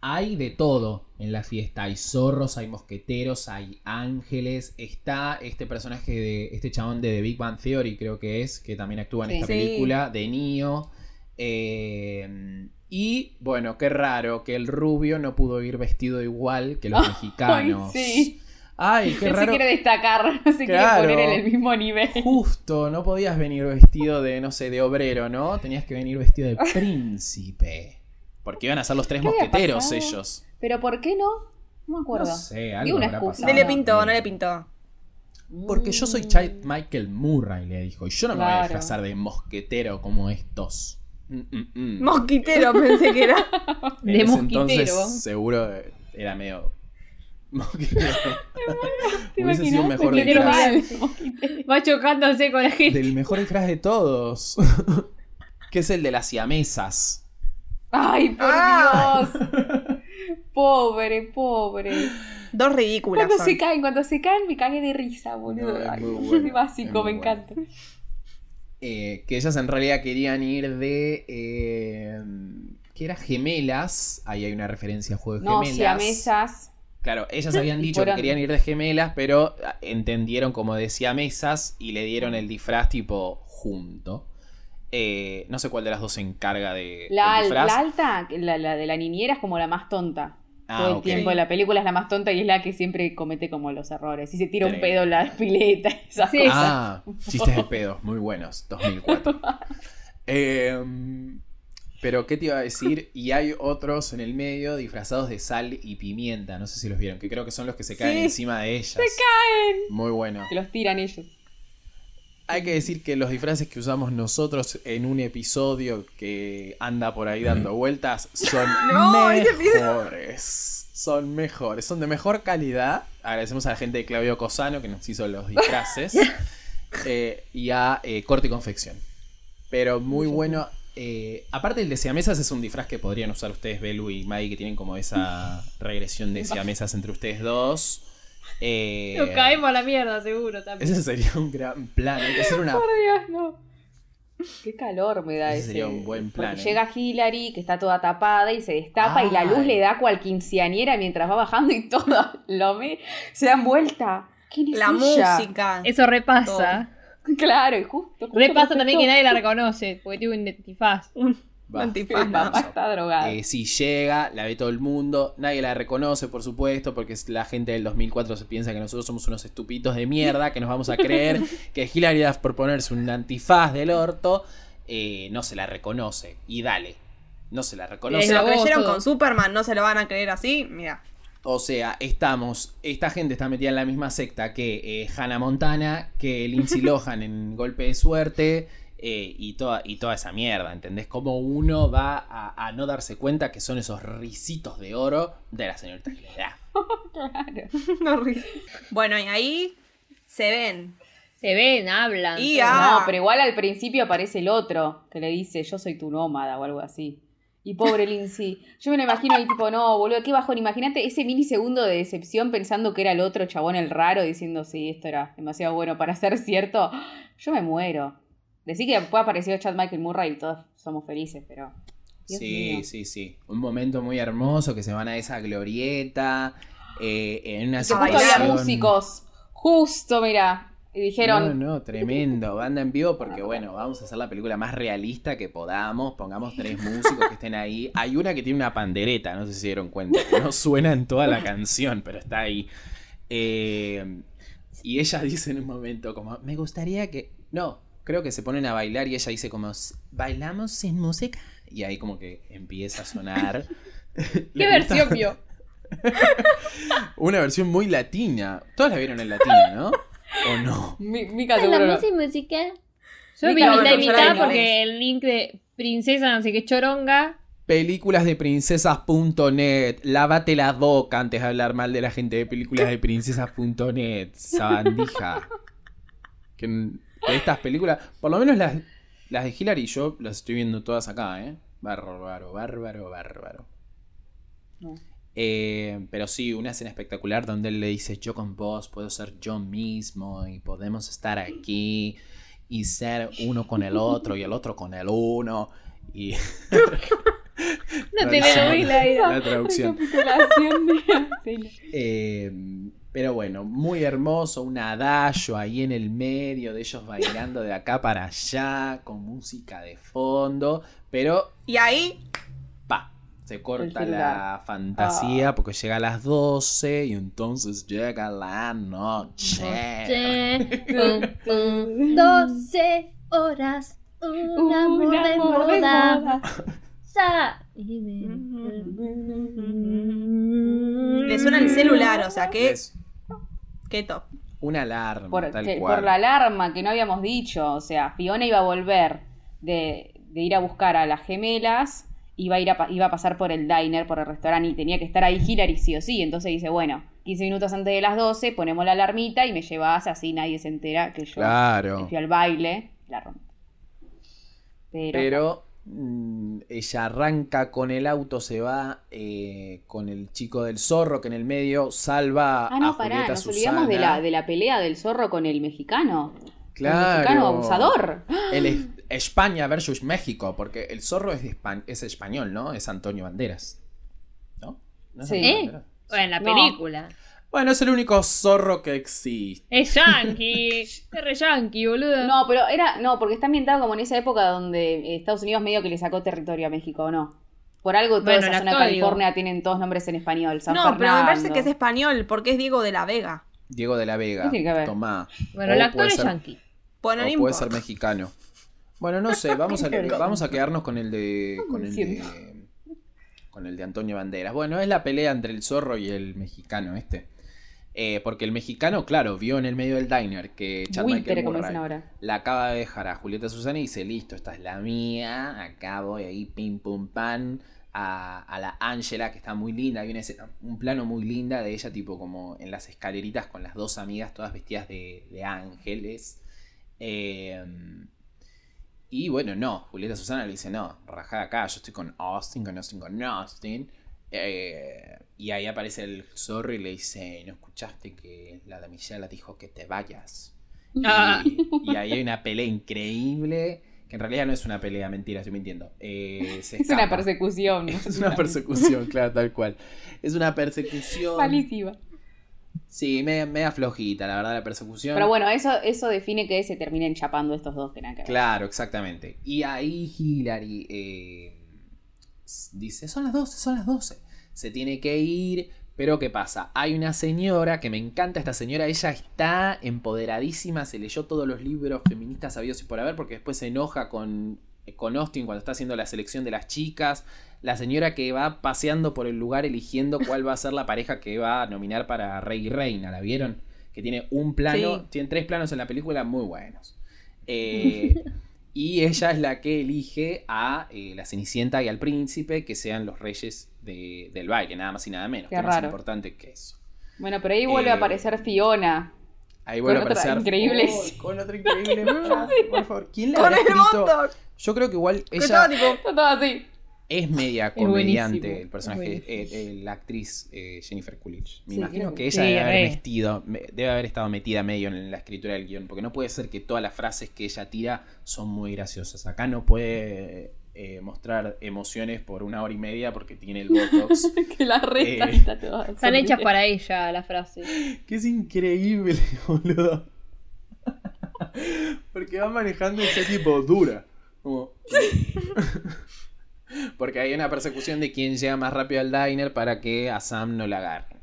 S1: hay de todo en la fiesta. Hay zorros, hay mosqueteros, hay ángeles. Está este personaje de este chabón de The Big Bang Theory, creo que es, que también actúa en
S3: Sí.
S1: esta
S4: Sí.
S1: película, de Neo. Eh, y bueno, qué raro que el rubio no pudo ir vestido igual
S3: *laughs*
S1: que los mexicanos.
S3: sí.
S1: Ay, qué
S3: Él se
S1: raro.
S3: quiere destacar, *laughs* no se
S1: Claro.
S3: quiere poner en el mismo nivel.
S1: Justo, no podías venir vestido de, no sé, de obrero, ¿no? Tenías que venir vestido
S3: *laughs*
S1: de príncipe. Porque iban a ser los tres
S3: ¿Qué había
S1: mosqueteros
S3: pasado?
S1: ellos.
S3: Pero ¿por qué no? No me acuerdo.
S1: No sé,
S3: Di
S1: algo
S3: una
S1: habrá
S3: excusa.
S1: pasado.
S4: No le pintó, no le pintó.
S1: Porque yo soy Child Michael Murray, le dijo. Y yo no me voy a
S3: Claro.
S1: disfrazar de mosquetero como estos. Mm, mm, mm.
S4: *laughs* Mosquitero pensé que era.
S1: En
S5: de
S1: ese
S5: mosquitero.
S1: entonces seguro era medio... *laughs*
S4: *laughs*
S1: Mosquetero.
S3: ¿Te
S1: Hubiese sido un
S3: imaginas?
S1: mejor
S3: Me quiero
S1: disfraz.
S3: mal.
S5: Va chocándose con la gente.
S1: Del mejor disfraz de todos. *laughs* que es el de las siamesas.
S3: Ay, por
S4: Ah.
S3: Dios.
S1: *laughs*
S3: Pobre, pobre.
S4: Dos ridículas.
S3: Cuando
S4: son.
S3: se caen, cuando se caen me cagué de risa, boludo.
S1: No, es
S3: Ay,
S1: muy
S3: *laughs* es
S1: bueno,
S3: básico,
S1: es muy bueno.
S3: me encanta.
S1: eh, que ellas en realidad querían ir de. eh, que era gemelas. Ahí hay una referencia a juego de
S3: No,
S1: gemelas.
S3: si a mesas.
S1: Claro, ellas habían
S3: Y
S1: dicho que
S3: fueron-
S1: querían ir de gemelas, pero ah, entendieron como decía mesas y le dieron el disfraz tipo junto. Eh, no sé cuál de las dos se encarga de,
S3: La,
S1: del
S3: al-
S1: eh, disfraz.
S3: la alta, la, la de la niñera, es como la más tonta.
S1: Ah,
S3: Todo el
S1: ok.
S3: tiempo de la película es la más tonta y es la que siempre comete como los errores. Y se tira un
S1: Tremendo.
S3: pedo en la pileta. *laughs* Esas
S5: Sí.
S3: cosas.
S1: Ah, chistes de
S3: *laughs*
S1: pedos, muy buenos, 2004. Eh, pero, ¿qué te iba a decir? Y hay otros en el medio disfrazados de sal y pimienta, no sé si los vieron, que creo que son los que se caen
S3: Sí,
S1: encima de ellas. ¡Se caen! Muy bueno.
S3: Que los tiran ellos.
S1: Hay que decir que los disfraces que usamos nosotros en un episodio que anda por ahí dando vueltas son
S4: *laughs* No, ese
S1: mejores. Son mejores, son de mejor calidad. Agradecemos a la gente de Claudio Cosano que nos hizo los
S4: *laughs*
S1: disfraces eh, y a eh, Corte y Confección. Pero muy bueno. eh, aparte el de Siamesas es un disfraz que podrían usar ustedes, Belu y Maggie, que tienen como esa regresión
S4: *laughs*
S1: de Siamesas entre ustedes dos. Eh,
S5: Nos caemos a la mierda, seguro también.
S1: ese sería un gran plan. Hay que hacer una
S3: Por Dios, no. Qué calor me da
S1: Ese
S3: ese.
S1: sería un buen plan,
S3: Porque
S1: ¿eh?
S3: llega Hillary, que está toda tapada y se destapa y la luz
S1: Ay.
S3: le da cual quinceañera mientras va bajando y *laughs* todo lo me... se dan vuelta. ¿Quién es
S4: La
S3: ella?
S4: música.
S5: Eso repasa.
S3: Claro, y justo. justo
S5: Repasa
S3: perfecto.
S5: también que nadie la reconoce, porque tiene un antifaz.
S1: Va,
S4: Antifaz,
S1: vamos
S3: Papá
S1: a-
S3: está drogada.
S1: Eh, si llega, la ve todo el mundo, nadie la reconoce, por supuesto, porque es- la gente del 2004 se piensa que nosotros somos unos estupitos de mierda, que nos vamos a
S4: *laughs*
S1: creer que Hillary Duff por ponerse un antifaz del orto, eh, no se la reconoce. Y dale, no se la reconoce.
S5: Es
S4: Se lo
S5: a vos
S4: creyeron
S5: todo.
S4: con Superman, no se lo van a creer así. Mira.
S1: O sea, estamos, esta gente está metida en la misma secta que eh, Hannah Montana, que
S3: *laughs*
S1: Lindsay Lohan en Golpe de Suerte eh, y, toda, y toda esa mierda, ¿entendés? Cómo uno va a, a no darse cuenta que son esos risitos de oro de la señorita que le da.
S3: Claro.
S4: *laughs* No ríes. Bueno, y ahí se ven.
S5: Se ven, hablan.
S4: Y
S5: todo.
S4: a- Ah.
S3: No, pero igual al principio aparece el otro que le dice, yo soy tu nómada o algo así. Y pobre Lindsay. Yo me lo imagino ahí tipo, no, boludo, qué bajón. Imagínate ese minisegundo de decepción pensando que era el otro chabón el raro diciendo, sí, esto era demasiado bueno para ser cierto. Yo me muero. Decí que después apareció Chad Michael Murray y todos somos felices, pero... Dios
S1: sí,
S3: mío.
S1: sí, sí. Un momento muy hermoso que se van a esa glorieta, eh, en una
S4: Y
S3: Que justo había
S1: situación-
S3: músicos. Justo, mira. Y dijeron,
S1: No, no, tremendo. Banda en vivo porque, bueno, vamos a hacer la película más realista que podamos. Pongamos tres músicos que estén ahí. Hay una que tiene una pandereta, no sé si se dieron cuenta. que No suena en toda la canción, pero está ahí. Eh, Y ella dice en un momento como, me gustaría que... No, creo que se ponen a bailar y ella dice como, ¿bailamos sin música? Y ahí como que empieza a sonar.
S3: ¿Qué
S5: *laughs*
S3: versión vio?
S1: Una versión muy latina. Todas la vieron en latina, ¿no? ¿O no?
S3: Mi- Mica seguro no.
S5: música. Yo
S3: Mica
S5: vi mitad y
S3: no, no, yo la
S5: mitad
S3: vi, no.
S5: porque el link de princesa, no sé qué, choronga.
S1: Películas de princesas.net. Lávate la boca antes de hablar mal de la gente de películas de princesas.net. Sabandija. Que n- de estas películas, por lo menos las, las de Hillary y yo las estoy viendo todas acá, ¿eh? Bárbaro, bárbaro, bárbaro.
S3: No.
S1: Eh, pero sí, una escena espectacular donde él le dice, yo con vos puedo ser yo mismo y podemos estar aquí y ser uno con el otro y el otro con el uno. Y *laughs*
S5: Una
S1: Tradicional.
S5: telenovela era.
S1: la traducción.
S3: Recapitulación de- Sí,
S1: Eh, pero bueno, muy hermoso, un adagio ahí en el medio de ellos bailando de acá para allá, con música de fondo, pero
S4: Y ahí,
S1: pa, se corta
S3: El celular. Ah.
S1: la fantasía porque llega a las 12 y entonces llega la noche.
S5: Che,
S3: no.
S5: pum, pum. 12 horas, un amor de moda. Ya.
S4: le suena el celular, o sea, que
S1: Es Mm.
S4: qué top.
S1: una alarma,
S3: Por,
S1: tal
S3: que-
S1: cual.
S3: por la alarma que no habíamos dicho, o sea, Fiona iba a volver de, de ir a buscar a las gemelas, iba a, ir a, pa- iba a pasar por el diner, por el restaurante y tenía que estar ahí Hillary sí o sí, entonces dice, bueno, 15 minutos antes de las 12 ponemos la alarmita y me llevas así nadie se entera que yo
S1: Claro.
S3: que fui al baile, la rompo. Pero,
S1: Pero mm, ella arranca con el auto, se va eh, con el chico del zorro que en el medio salva
S3: Ah,
S1: a
S3: no,
S1: Julieta
S3: pará, nos
S1: Susana.
S3: olvidamos de la, de la pelea del zorro con el mexicano. El
S1: Claro.
S3: mexicano abusador.
S1: El es- España versus México, porque el zorro es, de Espa- es español, ¿no? Es Antonio Banderas. ¿No? ¿No es
S3: Sí.
S1: Antonio
S5: ¿Eh?
S1: Banderas?
S5: Bueno, la
S3: No.
S5: película.
S1: Bueno, es el único zorro que existe.
S5: Es *laughs* yankee. Es re yankee, boludo.
S3: No, pero era. No, porque está ambientado como en esa época donde eh, Estados Unidos medio que le sacó territorio a México, ¿o no? Por algo toda
S5: Bueno,
S3: esa
S5: la
S3: zona de
S5: código.
S3: California tienen todos nombres en español. San
S4: no, pero me parece
S3: Fernando.
S4: que es español, porque es Diego de la Vega.
S1: Diego de la Vega.
S3: ¿Qué tiene que ver?
S1: Tomá.
S5: Bueno,
S1: O
S5: el actor
S1: Oh, puede
S5: es
S1: ser-
S5: yankee.
S4: Bueno, no
S1: o puede ser
S4: importa.
S1: mexicano. Bueno, no
S4: *laughs*
S1: sé, vamos a,
S3: Qué
S1: vamos a quedarnos con el de.
S3: ¿Cómo
S1: Con
S3: me
S1: el de. Con el de Antonio Banderas. Bueno, es la pelea entre el zorro y el mexicano este. Eh, porque el mexicano, claro, vio en el medio del diner que Chad
S3: Buitre,
S1: Michael
S3: como
S1: Murray
S3: dicen ahora.
S1: la acaba de dejar a Julieta Susana y dice, listo, esta es la mía, acá voy ahí, pim pum pan, a, a la Ángela, que está muy linda, hay una escena- un plano muy linda de ella, tipo como en las escaleritas con las dos amigas todas vestidas de, de ángeles. Eh, y bueno, no, Julieta Susana le dice, no, rajá de acá, yo estoy con Austin, con Austin, con Austin. Eh, y ahí aparece el zorro y le dice, ¿no escuchaste que la damisela dijo que te vayas?
S5: Ah.
S1: Y, y ahí hay una pelea increíble, que en realidad no es una pelea, mentira, estoy mintiendo. Eh, se
S3: Es una
S1: escapa.
S3: persecución.
S1: *laughs*
S3: ¿no?
S1: Es una persecución, claro, tal cual. Es una persecución.
S3: *laughs* Malísima.
S1: Sí, media, media flojita, la verdad, la persecución.
S3: Pero bueno, eso, eso define que se terminen chapando estos dos que nada que ver.
S1: Claro, exactamente. Y ahí Hillary eh, s- dice, son las 12, son las 12. Se tiene que ir, pero ¿qué pasa? Hay una señora, que me encanta esta señora, ella está empoderadísima, se leyó todos los libros feministas sabidos y por haber, porque después se enoja con, con Austin cuando está haciendo la selección de las chicas. La señora que va paseando por el lugar eligiendo cuál va a ser la pareja que va a nominar para Rey y Reina, ¿la vieron? Que tiene un plano,
S4: Sí.
S1: tiene tres planos en la película muy buenos. Eh, y ella es la que elige a eh, la Cenicienta y al príncipe que sean los reyes de- del baile, nada más y nada menos.
S3: Qué
S1: que más
S3: raro.
S1: importante que eso.
S3: Bueno, pero ahí vuelve
S1: Eh,
S3: a aparecer Fiona.
S1: Ahí vuelve a
S3: Con otra
S1: aparecer.
S3: increíble.
S1: Oh, con otra
S3: *laughs*
S1: increíble. frase, por favor. ¿Quién la
S4: *laughs* Con
S1: habrá
S4: el
S1: escrito?
S4: montón.
S1: Yo creo que igual
S4: Que estaba
S1: ella
S4: tipo,
S3: Está todo así. *laughs*
S1: es media
S5: buenísimo,
S1: comediante, el
S5: es
S1: personaje,
S5: buenísimo.
S1: eh, eh, la actriz eh, Jennifer Coolidge. Me
S3: Sí,
S1: imagino
S3: creo que
S1: que ella
S5: sí,
S1: debe haber
S5: re.
S1: vestido, me- debe haber estado metida medio en la escritura del guión, porque no puede ser que todas las frases que ella tira son muy graciosas. Acá no puede eh, mostrar emociones por una hora y media porque tiene el botox,
S3: que la reta
S1: Eh,
S3: y está todo
S5: Están hechas para ella las frases.
S1: *laughs* que es increíble, *laughs* boludo. porque va manejando ese tipo dura. como- *laughs* Porque hay una persecución de quién llega más rápido al diner para que a Sam no la agarren.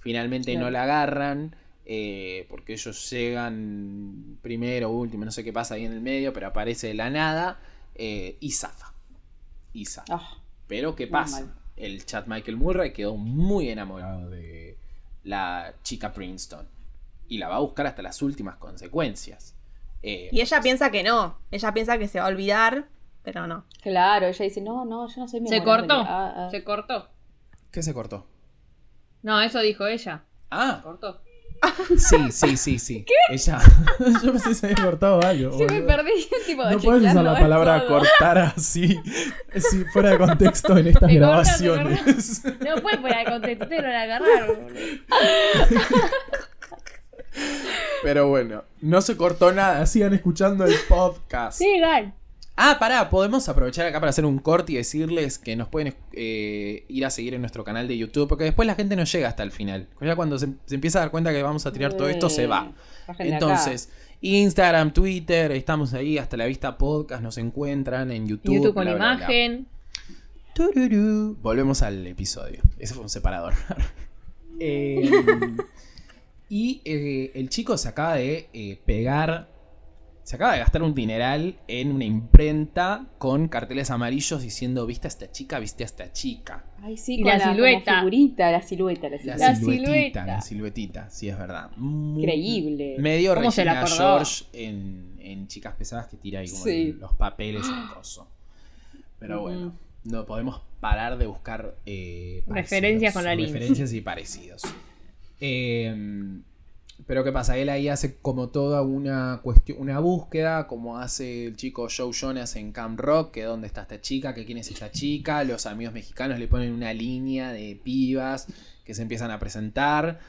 S1: Finalmente no
S3: Claro.
S1: la agarran. eh, porque ellos llegan primero, último, no sé qué pasa ahí en el medio, pero aparece de la nada eh, y zafa. Y zafa.
S3: Ah,
S1: Pero ¿qué
S3: muy
S1: pasa?
S3: mal.
S1: El chat Michael Murray quedó muy
S6: Ah,
S1: enamorado de la chica Princeton y la va a buscar hasta las últimas consecuencias. Eh,
S4: Y ella piensa que no. Ella piensa que se va a olvidar,
S1: *laughs*
S4: pero no.
S3: claro, ella dice, no, no, yo no soy mi
S5: Se
S3: amor,
S5: cortó.
S3: ah, ah".
S5: Se cortó.
S1: ¿Qué se cortó?
S5: No, eso dijo ella.
S1: Ah,
S5: Cortó.
S1: Sí, sí, sí,
S3: *laughs*
S1: sí. Ella.
S6: *laughs* Yo pensé que se había cortado algo.
S3: Yo me
S6: boludo.
S3: perdí, *laughs* tipo,
S6: No puedes usar
S3: chequeando
S6: la palabra
S3: todo.
S6: cortar así, si fuera de contexto en
S3: *laughs*
S6: estas
S5: Te cortas, te
S6: grabaciones. *laughs*
S5: No fue por el contexto, te lo agarraron.
S1: Pero bueno.
S6: No se cortó nada, sigan escuchando el podcast.
S1: Cas.
S5: Sigan.
S1: Ah, pará, podemos aprovechar acá para hacer un corte y decirles que nos pueden eh, ir a seguir en nuestro canal de YouTube, porque después la gente no llega hasta el final. Pues Ya cuando se, se empieza a dar cuenta que vamos a tirar todo esto, se va.
S3: La gente acá.
S1: Entonces, Instagram, Twitter, estamos ahí, hasta la vista podcast, nos encuentran en YouTube.
S5: YouTube con
S1: bla, bla, bla.
S5: imagen.
S1: Tururú. Volvemos al episodio. Ese fue un separador. Eh, y eh, el chico se acaba de eh, pegar. Se acaba de gastar un dineral en una imprenta con carteles amarillos diciendo: Viste a esta chica, viste a esta chica.
S3: Ay, sí,
S5: Y
S3: con
S5: la
S3: la,
S5: silueta.
S3: silueta. La figurita, la silueta, la silueta.
S5: La
S1: siluetita,
S5: silueta.
S1: la siluetita, sí, es verdad. Muy-
S3: Increíble.
S1: Medio
S5: ¿Cómo se la
S1: Regina
S5: acordaba?
S1: George en, en Chicas Pesadas que tira ahí como
S3: Sí.
S1: el- los papeles en coso. Pero bueno, no podemos parar de buscar eh, parecidos,
S5: Referencias con la línea.
S1: Referencias y parecidos. Eh, pero ¿qué pasa? Él ahí hace como toda una cuestión, una búsqueda, como hace el chico Joe Jonas en Camp Rock, que dónde está esta chica, que quién es esta chica, los amigos mexicanos le ponen una línea de pibas que se empiezan a presentar,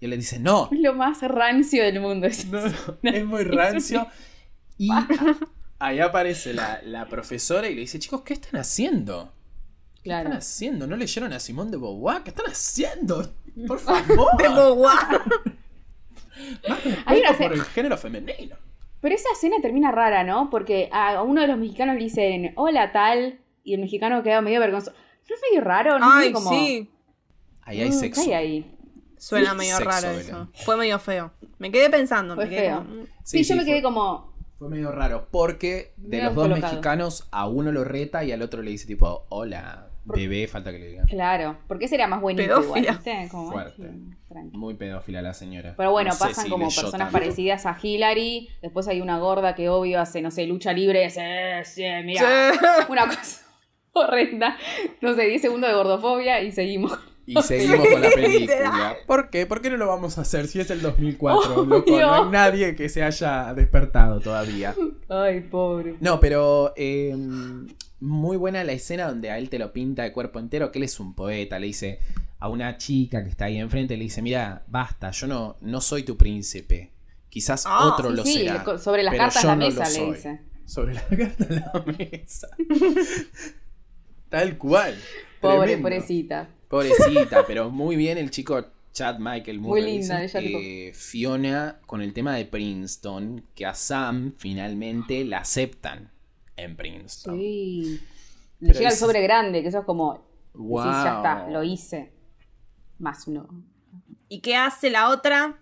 S1: y él le dice, no,
S3: Es lo más rancio del mundo.
S1: *laughs*
S3: es
S1: no,
S3: *laughs* eso.
S1: no, es muy rancio. Y ahí aparece la, la profesora y le dice, chicos, ¿qué están haciendo? ¿Qué
S3: Claro.
S1: están haciendo? ¿No leyeron a Simón de Beauvoir? ¿Qué están haciendo?
S3: *laughs*
S1: Por favor. Más respeto
S3: Hay una
S1: por
S3: fe-
S1: el género femenino.
S3: Pero esa escena termina rara, ¿no? Porque a uno de los mexicanos le dicen, hola tal, y el mexicano queda medio vergonzoso. ¿No es medio raro? ¿No es
S4: Ay,
S3: medio como,
S4: sí.
S1: Ahí hay
S3: "Mm,
S1: sexo.
S3: ¿qué hay ahí?
S4: Suena
S1: Sí,
S4: medio
S1: sexo,
S4: raro
S1: Belén.
S4: eso. Fue medio feo. Me quedé pensando.
S3: Fue
S4: me quedé
S3: feo.
S4: como, mm.
S3: Sí, yo me quedé
S1: fue,
S3: como,
S1: fue medio raro porque de
S3: Medio
S1: los dos
S3: descolocado.
S1: mexicanos a uno lo reta y al otro le dice tipo, hola, bebé, falta que le diga.
S3: claro, porque ese era más buenito igual,
S4: Pedófila.
S3: ¿viste? Como, ay,
S1: Fuerte.
S3: tranqui.
S1: Muy pedófila la señora.
S3: Pero bueno,
S1: No sé
S3: pasan
S1: si
S3: como
S1: leyó
S3: personas
S1: tanto.
S3: parecidas a Hillary, después hay una gorda que obvio hace, no sé, lucha libre, es, "Eh, sí, mira, una cosa *laughs* horrenda, no sé, 10 segundos de gordofobia y seguimos.
S1: Y seguimos con la película.
S4: literal.
S6: ¿Por qué? ¿Por qué no lo vamos a hacer si es el 2004? loco,
S3: Obvio.
S6: no hay nadie que se haya despertado todavía.
S3: Ay, pobre.
S1: No, pero eh, muy buena la escena donde a él te lo pinta de cuerpo entero, que él es un poeta, le dice a una chica que está ahí enfrente, le dice, mira, basta, yo no, no soy tu príncipe. Quizás
S4: Ah,
S1: otro
S3: Sí,
S1: lo
S3: sí,
S1: será.
S3: co- sobre las
S1: pero
S3: cartas
S1: yo
S3: la
S1: no lo
S3: mesa
S1: soy.
S3: le dice.
S1: Sobre la *laughs* carta de la
S3: *laughs*
S1: mesa. Tal cual.
S3: Pobre,
S1: Tremendo.
S3: pobrecita.
S1: Pobrecita, pero muy bien el chico Chad Michael
S3: Muy
S1: Murray.
S3: linda,
S1: dicen,
S3: ella
S1: eh, Fiona con el tema de Princeton, que a Sam finalmente la aceptan en Princeton.
S3: Sí. Le
S1: Pero
S3: llega el
S1: dices-
S3: sobre grande, que eso es como,
S1: Wow.
S3: sí, ya está, lo hice. Más uno.
S4: ¿Y qué hace la otra?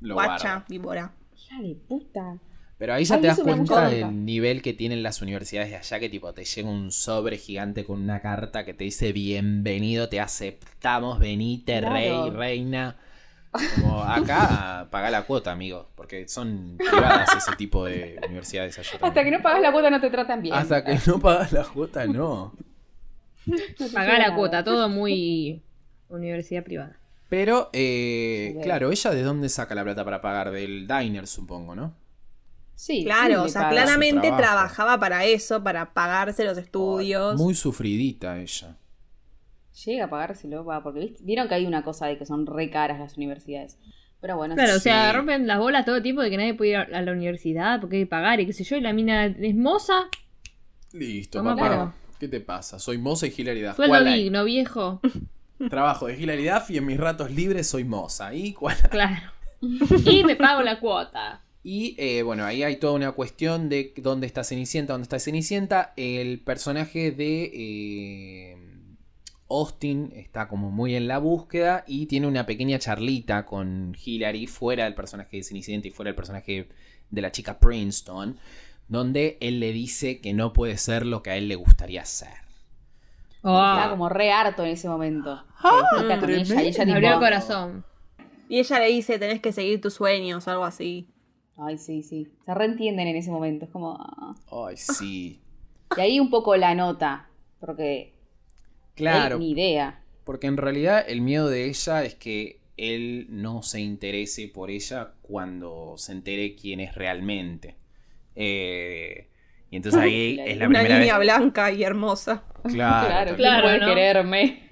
S1: Lo
S4: Guacha,
S1: guarda.
S4: víbora.
S3: Hija de puta.
S1: Pero ahí ya
S3: Ay,
S1: te das
S3: eso me
S1: cuenta
S3: gusta.
S1: del nivel que tienen las universidades de allá, que tipo te llega un sobre gigante con una carta que te dice bienvenido, te aceptamos, venite,
S3: Claro.
S1: rey, reina. Como
S3: *laughs*
S1: acá paga la cuota, amigo, porque son privadas ese tipo de universidades allá.
S3: Hasta
S1: también.
S3: que no pagas la cuota no te tratan bien.
S1: Hasta que no pagas la cuota, no.
S3: No te
S5: Pagá
S3: llega
S5: la
S3: nada.
S5: cuota, todo muy universidad privada.
S1: Pero, eh,
S3: Joder.
S1: claro, ella de dónde saca la plata para pagar del diner, supongo, ¿no?
S3: Sí, sí,
S4: Claro, o
S3: le
S4: sea,
S3: pagas.
S4: claramente
S1: Su trabajo.
S4: trabajaba para eso, para pagarse los estudios.
S1: Muy sufridita ella.
S3: Llega a pagárselo, va, porque ¿viste? vieron que hay una cosa de que son re caras las universidades. Pero bueno,
S5: Claro, o
S3: sí.
S5: sea, rompen las bolas todo el tiempo de que nadie puede ir a a la universidad porque hay que pagar y qué sé yo, y la mina es moza,
S1: Listo,
S5: Toma,
S1: papá.
S5: claro.
S1: ¿Qué te pasa? Soy moza y hilaridad.
S5: sueldo
S1: ¿Cuál hay?
S5: digno, viejo.
S1: Trabajo de hilaridad y en mis ratos libres soy moza. ¿Y cuál?
S5: Claro. y me pago la cuota.
S1: Y eh, bueno, ahí hay toda una cuestión de dónde está Cenicienta, dónde está Cenicienta. El personaje de eh, Austin está como muy en la búsqueda y tiene una pequeña charlita con Hillary fuera del personaje de Cenicienta y fuera del personaje de la chica Princeton, donde él le dice que no puede ser lo que a él le gustaría ser.
S5: Ah,
S3: Estaba como re harto en ese momento. Se disputa con
S7: tremendo.
S3: ella y
S5: me
S3: ella tipo,
S5: Ah, abrió el corazón.
S4: Y ella le dice, tenés que seguir tus sueños o algo así.
S3: Ay, sí, sí. Se reentienden en ese momento. Es como. ah.
S8: Ay, sí.
S3: Y ahí un poco la nota. Porque.
S1: Claro,
S3: él ni idea.
S1: Porque en realidad el miedo de ella es que él no se interese por ella cuando se entere quién es realmente. Eh, y entonces ahí
S3: Claro.
S1: es la
S4: Una
S1: primera
S4: niña
S1: vez.
S4: blanca y hermosa.
S1: Claro,
S3: ¿quién
S5: claro,
S3: puede
S5: ¿no?
S3: quererme.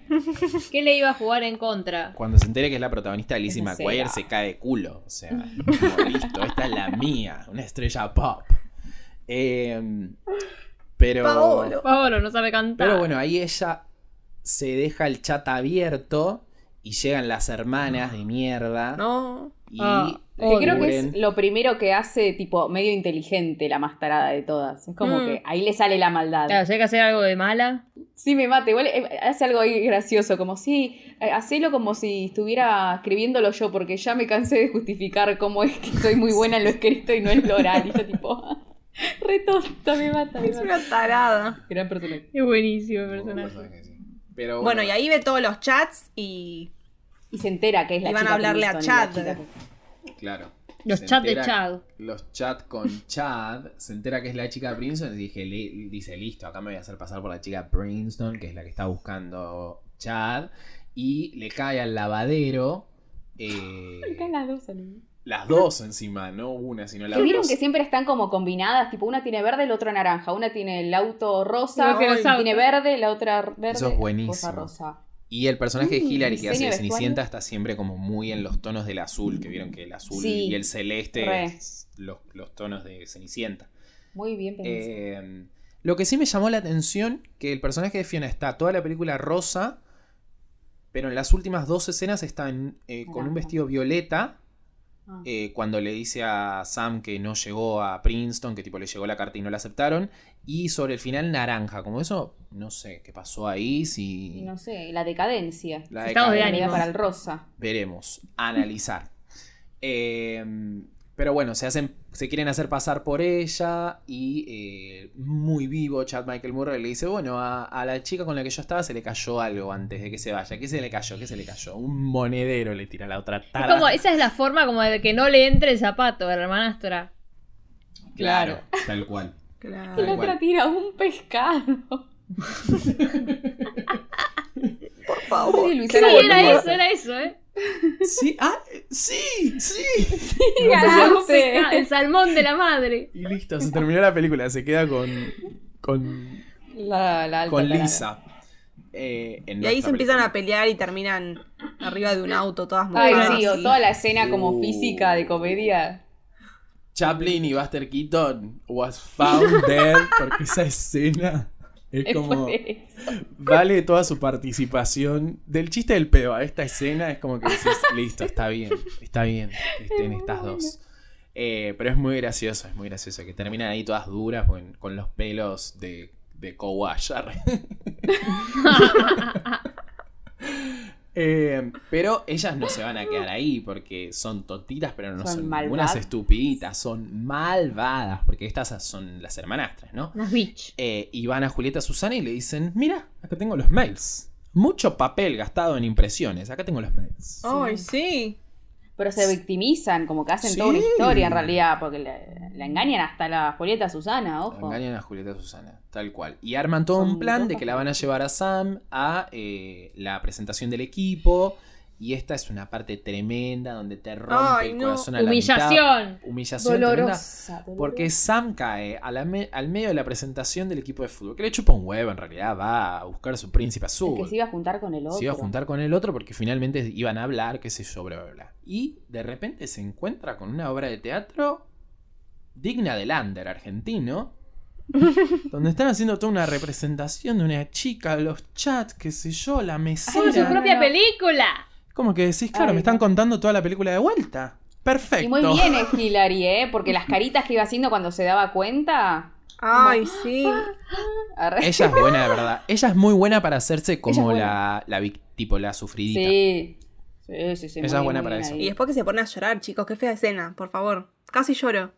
S5: ¿Qué le iba a jugar en contra?
S1: Cuando se entere que es la protagonista de Lizzie
S3: Esa
S1: McGuire,
S3: será.
S1: se cae de culo. O sea, como, listo, esta es la mía, una estrella pop. Eh, pero.
S4: Paolo.
S5: Pablo no sabe cantar.
S1: Pero bueno, ahí ella se deja el chat abierto y llegan las hermanas de mierda.
S4: No.
S1: Y
S5: Ah,
S1: descubren-
S5: Oye,
S3: creo que es lo primero que hace, tipo, medio inteligente la más tarada de todas. Es como
S4: Mm.
S3: que ahí le sale la maldad.
S5: Claro, si hay que hacer algo de mala.
S3: Sí, me mata. Igual eh, hace algo ahí gracioso, como sí, eh, hacelo como si estuviera escribiéndolo yo, porque ya me cansé de justificar cómo es que soy muy buena en lo escrito y no en lo oral. Y yo tipo, *laughs* re tonta, me mata, me
S4: Es
S3: mata.
S4: una tarada.
S3: Gran personaje.
S5: Es buenísimo el personaje.
S8: personaje, sí. Pero
S4: Bueno, y ahí ve todos los chats y.
S3: Y se entera que es la
S4: Y van
S3: chica
S4: a hablarle a
S3: Kingston y la
S4: Chad.
S3: chica-
S8: Claro.
S5: Los
S8: Se
S5: chats de
S8: entera-
S5: Chad.
S8: Los chats con Chad. Se entera que es la chica Princeton y dije, li- dice, listo, acá me voy a hacer pasar por la chica Princeton, que es la que está buscando Chad. Y le cae al lavadero. eh,
S3: Acá las dos, amigo.
S8: las dos encima, no una, sino la
S3: Que vieron
S8: dos.
S3: que siempre están como combinadas, tipo una tiene verde, la otra naranja, una tiene el auto rosa,
S5: Creo que los
S3: una tiene
S5: autos.
S3: verde, la otra verde,
S1: Eso es buenísimo.
S3: cosa rosa.
S1: Y el personaje de
S3: Mm,
S1: Hillary que hace de
S3: diseño de
S1: Cenicienta
S3: vestuario.
S1: está siempre como muy en los tonos del azul, que vieron que el azul
S3: Sí,
S1: y el celeste
S3: re.
S1: es los, los tonos de Cenicienta.
S3: Muy bien pensado.
S1: Eh, lo que sí me llamó la atención, que el personaje de Fiona está toda la película rosa, pero en las últimas dos escenas está en, eh, con un
S3: Naranja.
S1: vestido violeta,
S3: Ah.
S1: eh, cuando le dice a Sam que no llegó a Princeton, que tipo le llegó la carta y no la aceptaron, y sobre el final naranja, como eso, no sé qué pasó ahí, si...
S3: Y no sé, la decadencia.
S1: La
S5: Estados de
S1: decadencia.
S5: ánimo.
S3: Era para el rosa.
S1: veremos, analizar. Eh, pero bueno, se, hacen, se quieren hacer pasar por ella y eh, muy vivo Chad Michael Murray le dice, bueno, a, a la chica con la que yo estaba se le cayó algo antes de que se vaya. ¿Qué se le cayó? ¿Qué se le cayó? Un monedero le tira a la otra
S5: Es
S1: tara.
S5: como, esa es la forma como de que no le entre el zapato de la hermanastra.
S1: Claro, tal cual.
S3: Y
S4: Claro.
S3: la
S1: Igual.
S3: otra tira un *laughs* pescado.
S4: Por
S3: Sí,
S4: favor.
S3: Luis,
S5: Sí,
S3: era
S5: era
S3: boludo.
S5: eso, era eso, ¿eh?
S1: Sí, ah, sí, sí.
S5: Ah,
S3: Ya sé.
S5: El salmón de la madre.
S1: Y listo, se terminó la película, se queda con, con,
S3: La, la alta
S1: con
S3: cara.
S1: Lisa. Eh, en
S4: Y ahí
S1: nuestra
S4: se empiezan
S1: película.
S4: a pelear y terminan arriba de un auto, todas
S3: Ay,
S4: mojadas.
S3: Ah, sí, o
S4: y-
S3: toda la escena como
S8: Uh.
S3: física de comedia.
S1: Chaplin y Buster Keaton was
S7: Found
S1: found
S7: dead,
S3: *laughs*
S7: porque esa escena es
S3: Es
S7: como.
S3: por eso.
S7: Vale toda su participación del chiste del pedo a esta
S1: esta escena es como que decís, listo, está bien, está bien que estén estas dos. Eh, pero es muy gracioso, es muy gracioso, que terminan ahí todas duras con, con los pelos de, de Kowash. arre. Eh, pero ellas no se van a quedar ahí porque son tontitas, pero no
S3: Son
S1: son,
S3: malvadas.
S1: unas estupiditas, son malvadas, porque estas son las hermanastras, ¿no?
S5: Las bitch.
S1: Eh, y van a Julieta Susana y le dicen, mira, acá tengo los mails. Mucho papel gastado en impresiones, acá tengo los mails.
S4: Ay, sí.
S3: Pero se victimizan, como que hacen toda una
S1: Sí.
S3: historia en realidad, porque la, la engañan hasta la Julieta Susana,
S1: La
S3: ojo.
S1: Engañan a Julieta Susana, tal cual. Y arman todo
S3: Son
S1: un plan
S3: dos
S1: de que la van a llevar a Sam a eh, la presentación del equipo. Y esta es una parte tremenda donde te rompe
S4: Ay,
S1: el
S4: no.
S1: corazón a la mitad.
S5: Humillación.
S1: Humillación. tremenda.
S3: Dolorosa. dolorosa.
S1: Porque Sam cae a la me- al medio de la presentación del equipo de fútbol. Que le chupa un huevo, en realidad. Va a buscar a su príncipe azul.
S3: El que se iba a juntar con el otro.
S1: se iba a juntar con el otro porque finalmente iban a hablar, qué sé yo, bla, bla, bla. Y de repente se encuentra con una obra de teatro digna del under
S3: *laughs*
S1: argentino, donde están haciendo toda una representación de una chica, los chats, qué sé yo, la
S5: Con su
S3: no,
S1: mesera.
S3: pro-
S5: propia
S3: no.
S5: película.
S1: Como que decís, claro,
S3: Ay,
S1: me están
S3: no.
S1: contando toda la película de vuelta. Perfecto. *laughs*
S3: Y muy bien es Hillary, ¿eh? Porque las caritas que iba haciendo cuando se daba cuenta.
S4: Ay, sí.
S3: Ah. Arre.
S1: Ella es buena, de verdad. Ella es muy buena para hacerse
S3: Ella es
S1: como
S3: buena.
S1: la, la vic- tipo la sufridita.
S3: Sí. Sí, sí, sí.
S1: Ella es
S3: muy
S1: buena
S3: muy
S1: para
S3: bien
S1: eso.
S4: Y
S3: ahí.
S4: después que se pone a llorar, chicos, qué fea escena, por favor. Casi lloro.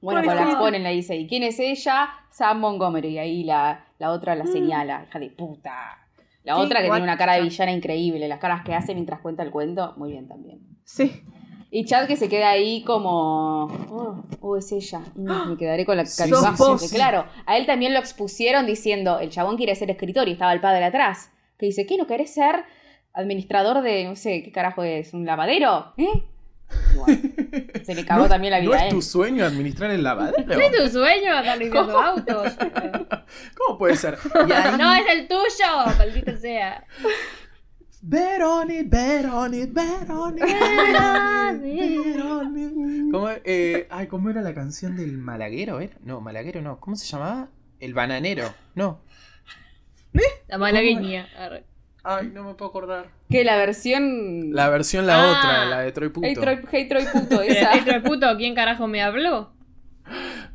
S3: Bueno,
S4: Pobre
S3: cuando la
S4: Sam.
S3: exponen, la dice. ¿Y quién es ella? Sam Montgomery. Y ahí la, la otra
S1: Mm.
S3: la señala. Hija de puta. La
S4: Sí,
S3: otra que
S4: guacha.
S3: tiene una cara de villana increíble. Las caras que hace mientras cuenta el cuento. Muy bien también.
S4: Sí.
S3: Y Chad que se queda ahí como. Oh, oh, es ella.
S1: ¡Ah!
S3: Mm, Me quedaré con la
S1: Sí,
S3: caricia.
S4: sos vos.
S3: Porque, claro, a él también lo expusieron diciendo: el chabón quiere ser escritor y estaba el padre atrás. Que dice: ¿Qué no querés ser administrador de, no sé, qué carajo es, un lavadero? ¿Eh? Y bueno, se
S1: *laughs*
S3: le cagó
S1: No-
S3: también la vida ¿eh?
S1: ¿No
S3: a
S1: es
S3: él.
S1: tu sueño administrar el
S3: *laughs*
S1: lavadero?
S5: ¿Es tu sueño andar limpiando autos?
S1: ¿Cómo puede ser?
S3: *laughs*
S1: Y ahí-
S5: no, es el tuyo, maldita sea.
S9: Bet on it, bet on it, bet on it, bet on
S5: *laughs*
S9: it, bet on it.
S1: ¿Cómo, eh, ay, ¿Cómo era la canción del malaguero? era? No, malaguero no. ¿Cómo se llamaba? El bananero. No.
S5: La malagueña. Arre.
S1: Ay, no me puedo acordar.
S3: Que la versión.
S1: La versión, la
S5: Ah.
S1: otra, la de Troy Puto.
S3: Hey Troy, hey, Troy
S5: *laughs*
S3: puto,
S5: Pero
S3: esa.
S5: dentro de puto, ¿quién carajo me habló?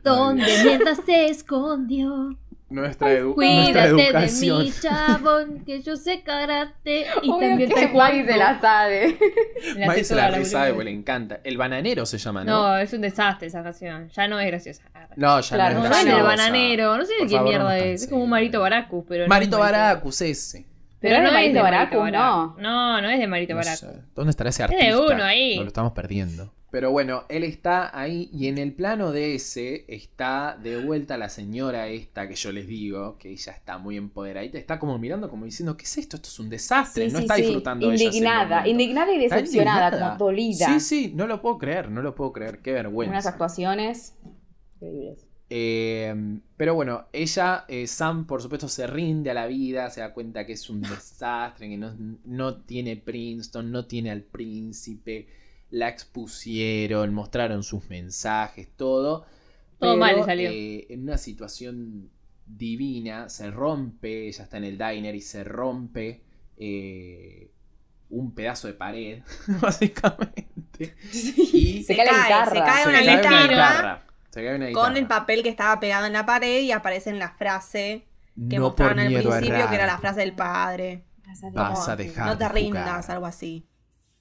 S1: ¿Dónde
S5: mientras se escondió?
S1: Nuestra, edu- nuestra
S5: Cuídate de
S1: educación.
S5: mí, chabón, que yo sé karate y
S3: *laughs* Obvio
S5: también
S3: que
S5: te
S3: Mike se la sabe.
S5: Me la sé
S1: Mike se
S5: toda,
S1: la
S5: la
S1: re sabe,
S5: boluda.
S1: pues, le encanta. El bananero se llama, Ah, ¿no?
S5: No, es un desastre esa canción. Ya no es graciosa. Arre.
S1: No, ya
S3: Claro,
S1: no
S5: No,
S1: es
S5: no es
S3: graciosa.
S5: el
S1: graciosa.
S5: bananero. No sé de
S1: Por
S5: qué
S1: favor, no
S5: mierda
S1: tan
S5: es. Es como un
S1: serio.
S5: Marito Baracus, pero. no
S1: Marito
S5: es
S1: Baracus ese.
S5: Pero no,
S3: ¿No es
S5: es
S3: de
S5: de
S3: Marito
S5: Marito
S3: Baracus?
S5: Baracus. No, no es de Marito
S1: No
S5: Baracus.
S1: sé, ¿Dónde estará ese
S5: de
S1: artista?
S5: uno ahí.
S1: No lo estamos perdiendo. Pero bueno, él está ahí y en el plano de ese está de vuelta la señora esta que yo les digo, que ella está muy empoderadita, está como mirando como diciendo, ¿qué es esto? Esto es un desastre,
S3: Sí,
S1: no
S3: sí,
S1: está
S3: sí.
S1: disfrutando ella ese
S3: Indignada,
S1: momento.
S3: indignada y
S1: Está
S3: decepcionada,
S1: indignada.
S3: como dolida.
S1: Sí, sí, no lo puedo creer, no lo puedo creer, qué
S3: Unas
S1: vergüenza.
S3: actuaciones
S5: *laughs*
S3: increíbles.
S1: Eh, pero bueno, ella, eh, Sam, por supuesto, se rinde a la vida, se da cuenta que es un desastre, que no, no tiene Princeton, no tiene al príncipe, la expusieron, mostraron sus mensajes, todo.
S5: Todo
S1: Pero,
S5: mal le salió.
S1: eh, en una situación divina, se rompe, ella está en el diner y se rompe eh, un pedazo de pared, *laughs* básicamente. Y
S3: Se cae la guitarra.
S4: se cae
S1: se
S4: una
S1: cae
S4: guitarra.
S1: Se cae una
S4: Con el
S1: guitarra.
S4: papel que estaba pegado en la pared y aparece en la frase que
S1: no por
S4: mostraron al
S1: miedo a
S4: principio,
S1: errar,
S4: que era la frase del padre.
S1: Vas a
S4: Como,
S1: dejar
S4: No te
S1: de
S4: rindas,
S1: jugar.
S4: algo así.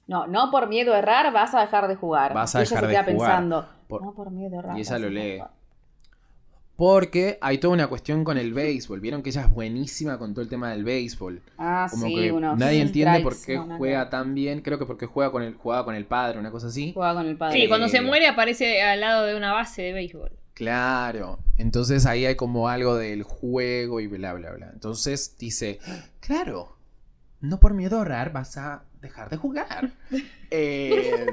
S3: No, no por miedo a errar vas a dejar de jugar.
S1: Vas a
S3: Y
S1: dejar
S3: ella se
S1: de
S3: queda
S1: jugar.
S3: pensando,
S1: Por-
S3: no por miedo a errar.
S1: Y ella
S3: vas
S1: lo
S3: a
S1: lee.
S3: jugar.
S1: Porque hay toda una cuestión con el béisbol. Vieron que ella es buenísima con todo el tema del béisbol.
S3: Ah,
S1: Como
S3: sí,
S1: que
S3: unos
S1: nadie entiende por
S3: strikes,
S1: qué
S3: no, no,
S1: juega
S3: no.
S1: tan bien. Creo que porque juega con el, jugaba con el padre, una cosa así.
S3: Juega con el padre.
S5: Sí, cuando se muere aparece al lado de una base de béisbol.
S1: Claro. Entonces ahí hay como algo del juego y bla, bla, bla. Entonces dice, claro, no por miedo a ahorrar vas a dejar de jugar. Eh,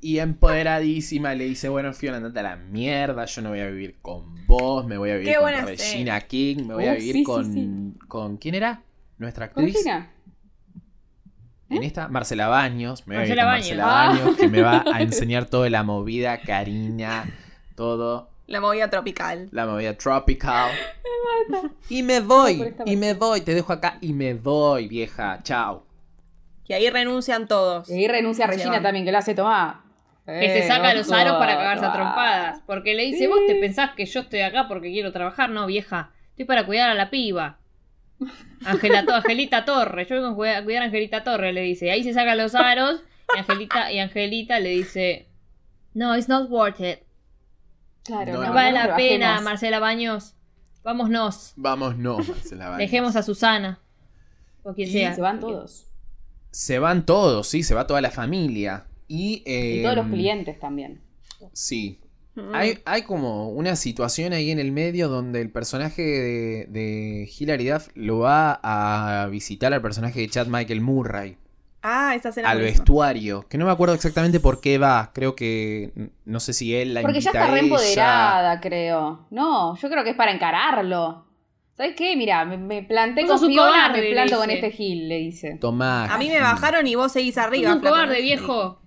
S1: y empoderadísima le dice, bueno, Fiona, andate a la mierda, yo no voy a vivir con vos, me voy a vivir
S4: Qué
S1: con
S4: buena
S1: Regina King, me voy
S3: Uh,
S1: a vivir
S3: sí, sí,
S1: con,
S3: sí.
S1: con... ¿Quién era? Nuestra
S3: ¿Con
S1: actriz.
S3: Gina?
S1: En esta, Marcela Baños. Me voy a ir
S5: Marcela
S1: con
S5: Baños.
S1: Marcela Baños, que me va a enseñar toda la movida, Karina, todo
S4: La movida tropical.
S1: la movida
S3: *laughs*
S1: tropical. Y me voy,
S3: esta
S1: y me voy, te dejo acá y me voy, vieja, chao.
S4: Y ahí renuncian todos.
S3: Y ahí renuncia a
S4: Se
S3: Regina
S4: van.
S3: también, que lo hace tomar.
S5: Que se saca los aros para cagarse a trompadas. Porque le dice, vos te
S3: Eh, Sí.
S5: pensás que yo estoy acá porque quiero trabajar, no, vieja. Estoy para cuidar a la piba. Angela, Angelita Torre, yo vengo a cuida- a cuidar a Angelita Torre, le dice. Ahí se saca los aros y Angelita, y Angelita le dice, no, it's not worth it.
S3: Claro,
S1: No,
S5: No,
S1: no,
S5: vale
S3: no
S5: la pena,
S3: bajemos.
S5: Marcela Baños. Vámonos.
S1: Vamos, no, Marcela Baños.
S5: Dejemos a Susana. O quien
S1: Y
S5: sea.
S3: Se van todos.
S1: Se van todos, sí, se va toda la familia. Y,
S3: Y
S1: eh,
S3: todos los clientes también.
S1: Sí.
S4: Mm.
S1: Hay, hay como una situación ahí en el medio donde el personaje de, de Hilary Duff lo va a visitar al personaje de Chad Michael Murray.
S4: Ah, esa escena.
S1: al
S4: buenísima.
S1: vestuario. Que no me acuerdo exactamente por qué va. Creo que. n- No sé si él la
S3: Porque ya
S1: invita
S3: está
S1: a
S3: re
S1: ella.
S3: empoderada, creo. No, yo creo que es para encararlo. ¿Sabes qué? Mira, me, me planté
S5: Vos
S3: con
S5: sos un
S3: Fiona,
S5: cobarde,
S3: me
S5: le
S3: planto con
S5: dice.
S3: este Gil, le dice.
S1: Tomá.
S4: A mí me
S1: Gil.
S4: bajaron y vos seguís
S5: Sos
S4: arriba.
S5: un
S4: flaco.
S5: cobarde, viejo.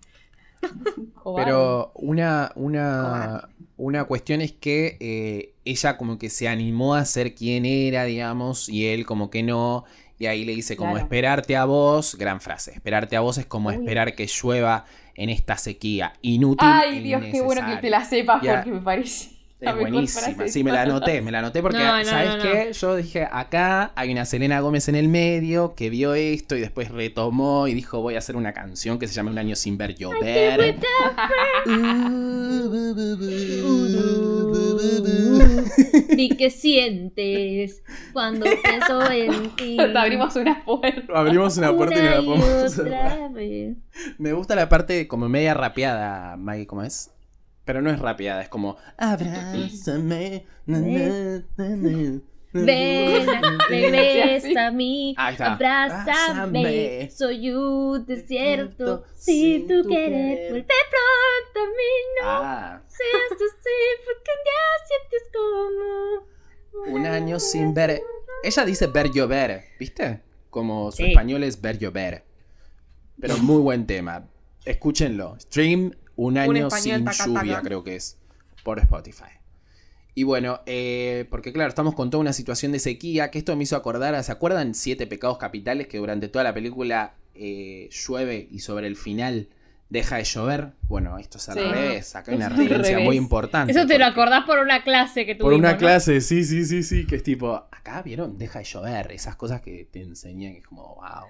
S1: Pero una, una,
S4: Cobarde.
S1: una cuestión es que eh, ella como que se animó a ser quien era, digamos, y él como que no. Y ahí le dice como
S3: Claro.
S1: esperarte a vos, gran frase, esperarte a vos es como
S3: Uy.
S1: esperar que llueva en esta sequía, inútil.
S3: Ay,
S1: e
S3: Dios, qué bueno que
S1: innecesario.
S3: te la sepas
S1: Ya.
S3: porque me parece.
S1: Es
S3: mejor
S1: buenísima.
S3: frase.
S1: Sí, me la anoté, me la anoté porque,
S5: No, no,
S1: ¿sabes
S5: no, no.
S1: qué? Yo dije, acá hay una Selena Gómez en el medio que vio esto y después retomó y dijo, voy a hacer una canción que se llama Un año sin ver llover. Uh.
S5: Ni que sientes cuando
S1: *laughs*
S5: pienso en ti.
S3: *laughs* Te abrimos una puerta.
S1: Abrimos una puerta y no la
S5: Una y
S1: podemos cerrar.
S5: otra
S1: *laughs*
S5: vez.
S1: Me gusta la parte como media rapeada, Maggie, ¿cómo es? Pero no es rapeada, es como... Abrázame. na, na, na, na".
S5: Ven, regresa a mí,
S1: Ahí está.
S5: abrázame.
S1: Abrázame.
S5: Soy un desierto.
S1: Desierto
S5: Si
S1: sin
S5: tú
S1: tu
S5: quieres,
S1: querer.
S5: vuelve pronto a mí.
S1: Ah,
S5: Si esto sí, porque ya sientes como.
S1: un año sin ver... Ella dice ver llover, ¿viste? Como su
S5: Sí.
S1: español es ver llover. Pero muy buen tema. Escúchenlo. Stream un año
S4: español
S1: sin
S4: taca,
S1: lluvia,
S4: taca.
S1: creo que es. Por Spotify. Y bueno, eh, porque claro, estamos con toda una situación de sequía, que esto me hizo acordar, a- ¿se acuerdan? Siete pecados capitales que durante toda la película eh, llueve y sobre el final deja de llover. Bueno, esto es al
S3: Sí.
S1: revés, acá hay una
S3: Al
S1: referencia
S3: revés.
S1: muy importante.
S5: Eso te lo
S1: porque-
S5: acordás por una clase que tuvimos.
S1: por una
S5: ¿no?
S1: clase, sí, sí, sí, sí, que es tipo, acá vieron, deja de llover, esas cosas que te enseñan, que es como, wow.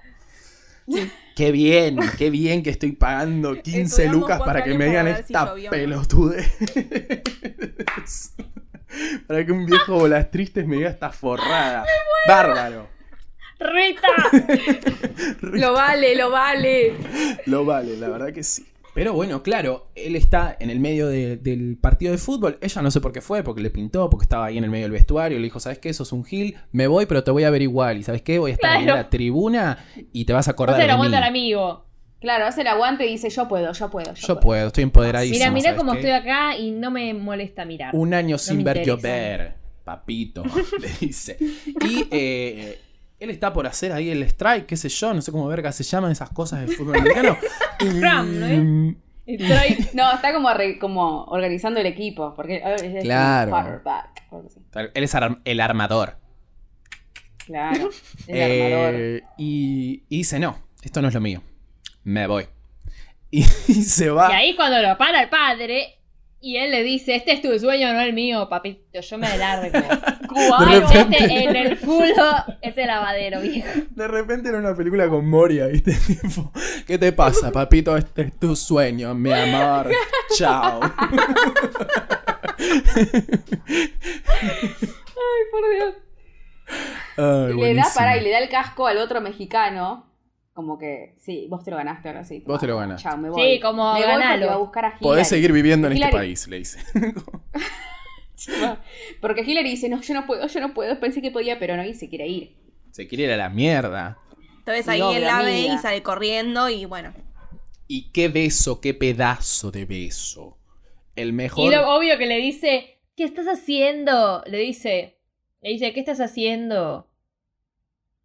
S1: *laughs* Qué bien, qué bien que estoy pagando 15
S4: Estudiamos
S1: lucas para
S4: cuatro
S1: que
S4: años
S1: me
S4: para
S1: digan
S4: ver si
S1: esta
S4: llovió o no.
S1: pelotudez. *laughs* para que un viejo bolas tristes me diga esta
S4: *laughs*
S1: forrada. Bárbaro.
S5: Rita.
S4: Lo vale, lo vale.
S1: Lo vale, la verdad que sí. Pero bueno, claro, él está en el medio de- del partido de fútbol. Ella no sé por qué fue, porque le pintó, porque estaba ahí en el medio del vestuario. Le dijo, ¿sabes qué? Sos un gil, me voy, pero te voy a ver igual. ¿Y sabes qué? Voy a estar ahí en
S5: Claro.
S1: la tribuna y te vas a acordar
S5: No se
S1: de mí.
S5: lo aguanta al amigo.
S3: Claro, hace el aguante y dice, yo puedo, yo puedo, yo,
S1: Yo puedo, estoy empoderadísimo.
S5: Mira, mira
S1: ¿sabes
S5: cómo
S1: qué?
S5: estoy acá y no me molesta mirar.
S1: Un año sin
S5: me
S1: ver
S5: interesa.
S1: llover, papito, *laughs* le dice. Y eh, él está por hacer ahí el strike, qué sé yo, no sé cómo verga se llaman esas cosas del fútbol
S5: *laughs*
S1: americano.
S5: Scrum, ¿no es?
S1: Mm,
S3: *laughs* Estoy- No, está como, arre- como organizando el equipo. Porque a ver, es el
S1: Claro.
S3: quarterback, algo así.
S1: Él es ar- el armador.
S3: Claro. El armador.
S1: *laughs* Eh, y, y dice, no, esto no es lo mío. Me voy. *laughs* Y, y se
S5: Y
S1: va.
S5: ahí cuando lo para el padre y él le dice, este es tu sueño, no el mío, papito, yo me largo.
S1: De
S5: Cubano,
S1: repente.
S5: este en el culo, ese lavadero, viejo.
S1: De repente era una película con Moria, ¿viste? *laughs* Tipo, ¿Qué te pasa, papito? Este es tu sueño,
S3: *laughs*
S1: mi amor. Chao.
S3: Ay, por Dios.
S1: Ay,
S3: Y le da
S1: buenísimo.
S3: para y le da el casco al otro mexicano. Como que, sí, vos te lo ganaste ahora sí.
S1: Vos te lo ganaste.
S3: Chao, me voy.
S5: Sí, como
S3: me voy porque
S5: ganalo.
S3: va a buscar a Hillary.
S1: Podés seguir viviendo en este
S3: Hillary.
S1: país, le dice.
S3: *laughs* Porque Hillary dice, no, yo no puedo, yo no puedo. Pensé que podía, pero no, y se quiere ir.
S1: Se quiere ir a la mierda.
S4: Entonces ahí
S3: No,
S4: él
S3: la
S4: la ve
S3: amiga.
S4: y sale corriendo y bueno.
S1: Y qué beso, qué pedazo de beso. El mejor.
S5: Y lo obvio que le dice, ¿qué estás haciendo? Le dice, le dice, ¿qué estás haciendo?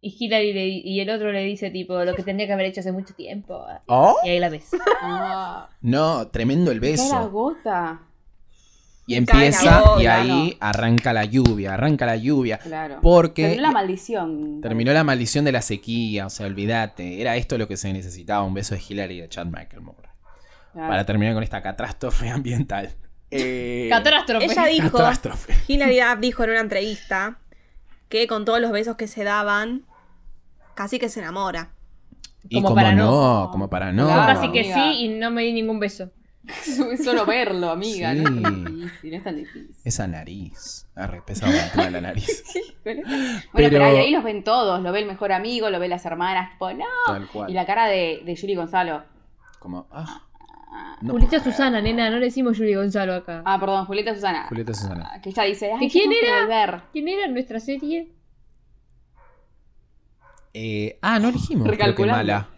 S5: Y Hillary le- y el otro le dice, tipo, lo que tendría que haber hecho hace mucho tiempo.
S1: ¿Oh?
S5: Y ahí la ves.
S3: Ah,
S1: No, tremendo el
S3: toda la
S1: beso.
S3: gota.
S1: Y
S4: Cae la
S1: empieza y
S4: bola,
S1: ahí arranca la lluvia, arranca la lluvia.
S3: Claro.
S1: Porque
S3: Terminó la maldición.
S1: terminó la maldición de la sequía, o sea, olvídate. Era esto lo que se necesitaba, un beso de Hillary y de Chad Michael Moore.
S3: *laughs* Claro. *laughs*
S1: Para terminar con esta catástrofe ambiental. Eh,
S5: Catástrofe.
S4: Ella dijo,
S1: catástrofe.
S4: Hilary Duff dijo en una entrevista que con todos los besos que se daban, casi que se enamora.
S1: Y
S5: Como
S1: como
S5: para
S1: no, como para no.
S3: Claro,
S5: Así que
S3: amiga.
S5: sí y no me di ningún beso.
S3: Solo verlo, amiga. No es tan
S1: Sí.
S3: difícil, no es tan difícil. *laughs*
S1: Esa nariz. Arre, pesado de la nariz.
S3: Bueno,
S1: Pero-
S3: pero, ahí, ahí los ven todos, lo ve el mejor amigo, lo ve las hermanas, tipo, no.
S1: Tal
S3: Y
S1: cual.
S3: la cara de, de Yuri Gonzalo.
S1: Como, ah,
S3: Ah,
S1: no
S5: Julieta
S1: puedo creer.
S5: Susana, nena, no le decimos Yuri Gonzalo acá.
S3: Ah, perdón, Julieta Susana.
S1: Julieta Susana.
S3: Ah, Que ella dice,
S5: ¿Que
S3: Ay,
S5: quién
S3: yo tengo que
S5: era?
S3: volver".
S5: ¿Quién era nuestra serie?
S1: Eh, ah, no dijimos. creo que
S3: Recalculando.
S1: mala.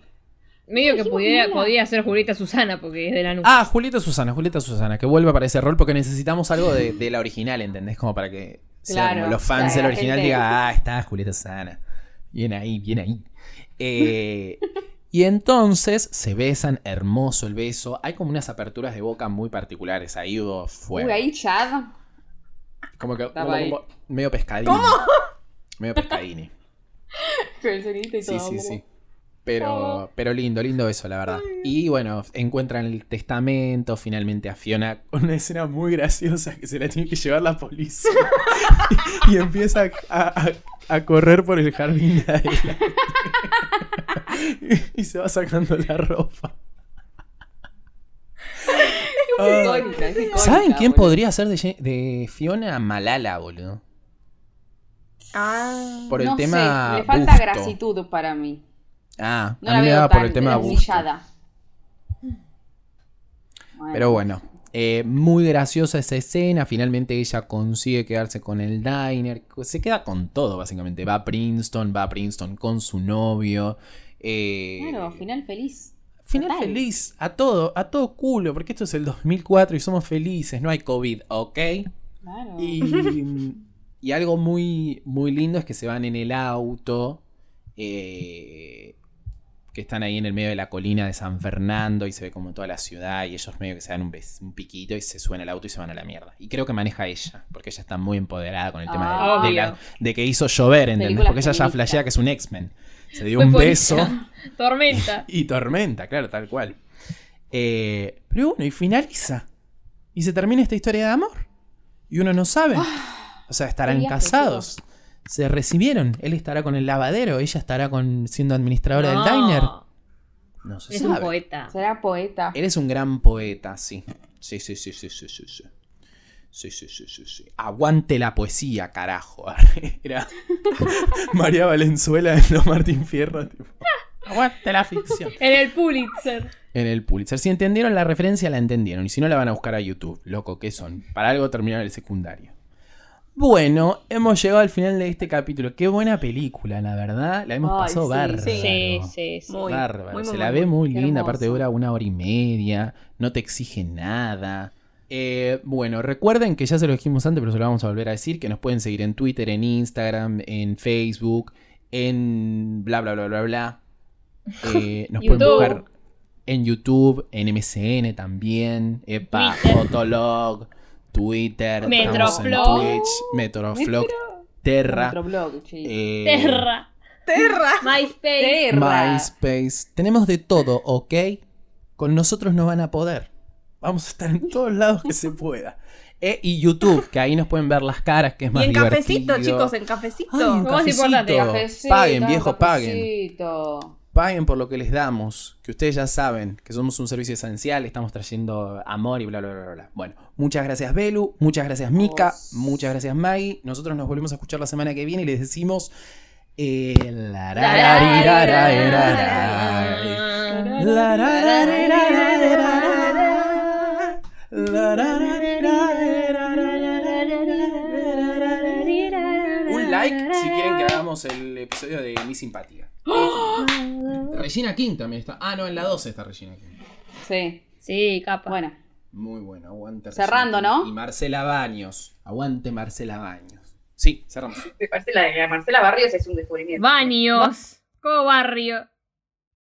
S5: Medio que
S3: Dijimos
S5: pudiera,
S3: mala.
S5: podía ser Julieta Susana porque es de la
S1: Ah, Julieta Susana, Julieta Susana, que vuelva para ese rol porque necesitamos algo de, de la original, ¿entendés? Como para que sea
S3: Claro,
S1: como los fans
S3: claro,
S1: del original
S3: gente.
S1: digan, ah, está Julieta Susana. Bien ahí, bien ahí. Eh, y entonces se besan, hermoso el beso. Hay como unas aperturas de boca muy particulares. Ahí hubo
S3: Uy,
S1: fuego.
S3: ahí Chad. *laughs*
S1: Como que
S3: Estaba ahí.
S1: como medio pescadini. Medio pescadini.
S3: Con el sonidito y
S1: Sí,
S3: todo.
S1: sí,
S3: como- "Ah".
S1: sí. Pero, pero lindo, lindo eso, la verdad. Y bueno, encuentran el testamento finalmente a Fiona. Una escena muy graciosa que se la tiene que llevar la
S3: *laughs*
S1: policía. y, y empieza a, a- a correr por el jardín de adelante. *laughs* y se va sacando la ropa. Ah.
S3: Icónica, es icónica,
S1: ¿Saben quién
S3: boludo.
S1: podría ser de, Je- de Fiona Malala, boludo?
S4: Ah.
S1: Por el
S3: no
S1: tema.
S3: sé, le falta
S1: busto.
S3: grasitud para mí.
S1: Ah,
S3: No
S1: a
S3: la
S1: mí me
S3: veo
S1: daba
S3: tan
S1: por el tema busto.
S3: desmillada. Bueno.
S1: Pero bueno, eh, muy graciosa esa escena. Finalmente ella consigue quedarse con el diner. Se queda con todo, básicamente. Va a Princeton, va a Princeton con su novio. eh,
S3: Claro, final feliz.
S1: final
S3: total.
S1: feliz, a todo, a todo culo, porque esto es el 2004 y somos felices, no hay COVID, ¿ok?
S3: Claro.
S1: Y, y algo muy, muy lindo es que se van en el auto, eh, que están ahí en el medio de la colina de San Fernando y se ve como toda la ciudad y ellos medio que se dan un, bes- un piquito y se suben al auto y se van a la mierda. Y creo que maneja ella, porque ella está muy empoderada con el tema de- de,
S5: Obvio.
S1: la- de que hizo llover, ¿entendés?
S3: Película
S1: porque ella ya
S3: feminista.
S1: flashea que es un X-Men. Se dio
S5: Fue
S1: un
S5: por
S1: beso.
S5: ella. *laughs* Tormenta.
S1: *laughs* Y tormenta, claro, tal cual. Eh, pero bueno, y finaliza. Y se termina esta historia de amor. Y uno no sabe.
S5: Ah,
S1: O sea, estarán
S3: qué viaje,
S1: casados. Se recibieron. Él estará con el lavadero. Ella estará con siendo administradora
S5: No,
S1: del diner. No se
S5: Ah, Es un
S1: sabe.
S5: poeta.
S3: Será poeta.
S1: Él es un gran poeta, sí. Sí, sí, sí, sí, sí, sí. sí. Sí, sí, sí, sí, sí. Aguante la poesía, carajo. *laughs*
S5: *laughs*
S1: Era María Valenzuela en los Martín Fierro.
S5: *laughs*
S1: tipo. Aguante la ficción.
S5: En el Pulitzer.
S1: En el Pulitzer. Si entendieron la referencia, la entendieron. Y si no, la van a buscar a YouTube. Loco, ¿qué son? Para algo terminaron el secundario. Bueno, hemos llegado al final de este capítulo. Qué buena película, la verdad. La hemos
S3: Ay,
S1: pasado
S3: sí,
S1: bárbaro.
S4: sí.
S5: Sí, sí, sí.
S4: Muy,
S1: Bárbaro.
S4: muy, muy,
S1: Se
S4: muy,
S1: la ve muy
S3: Qué
S1: linda.
S3: hermoso.
S1: Aparte dura una hora y media. No te exige nada. Eh, bueno, recuerden que ya se lo dijimos antes, pero se lo vamos a volver a decir, que nos pueden seguir en Twitter, en Instagram, en Facebook, en bla, bla, bla, bla, bla. Eh, nos pueden
S5: YouTube.
S1: buscar en YouTube, en MSN también, Epa,
S5: Twitter.
S1: Fotolog, Twitter, estamos en
S5: Metroflog.
S1: Twitch,
S3: *laughs*
S1: Metroflog, Terra,
S3: Otro blog, che.
S1: eh,
S5: Terra.
S4: Terra.
S5: MySpace.
S3: Terra.
S1: MySpace. Tenemos de todo, ¿ok? Con nosotros no van a poder. Vamos a estar en todos lados que se pueda. Eh, y YouTube, que ahí nos pueden ver las caras, que es
S4: Y
S1: más
S4: en
S1: divertido.
S4: cafecito, chicos, en cafecito.
S1: Ay, en
S5: Lo más importante,
S1: cafecito.
S3: Cafecito,
S1: Paguen, viejo, paguen.
S3: cafecito.
S1: Paguen por lo que les damos, que ustedes ya saben que somos un servicio esencial, estamos trayendo amor y bla, bla, bla, bla, bla. Bueno, muchas gracias Belu, muchas gracias Mika,
S3: Vos.
S1: muchas gracias Maggie. Nosotros nos volvemos a escuchar la semana que viene y les decimos... eh, lararirarai. Un like si quieren que hagamos el episodio de Mi Simpatía. Regina King también está. Ah, no, en la 12 está Regina King.
S3: Sí,
S5: Sí, capa.
S3: bueno.
S1: Muy bueno, aguante. Regina
S3: Cerrando,
S1: King.
S3: ¿no?
S1: Y Marcela Baños. Aguante Marcela Baños. Sí, cerramos.
S10: Me parece la de Marcela Barrios es un descubrimiento.
S5: Baños. Cobarrio.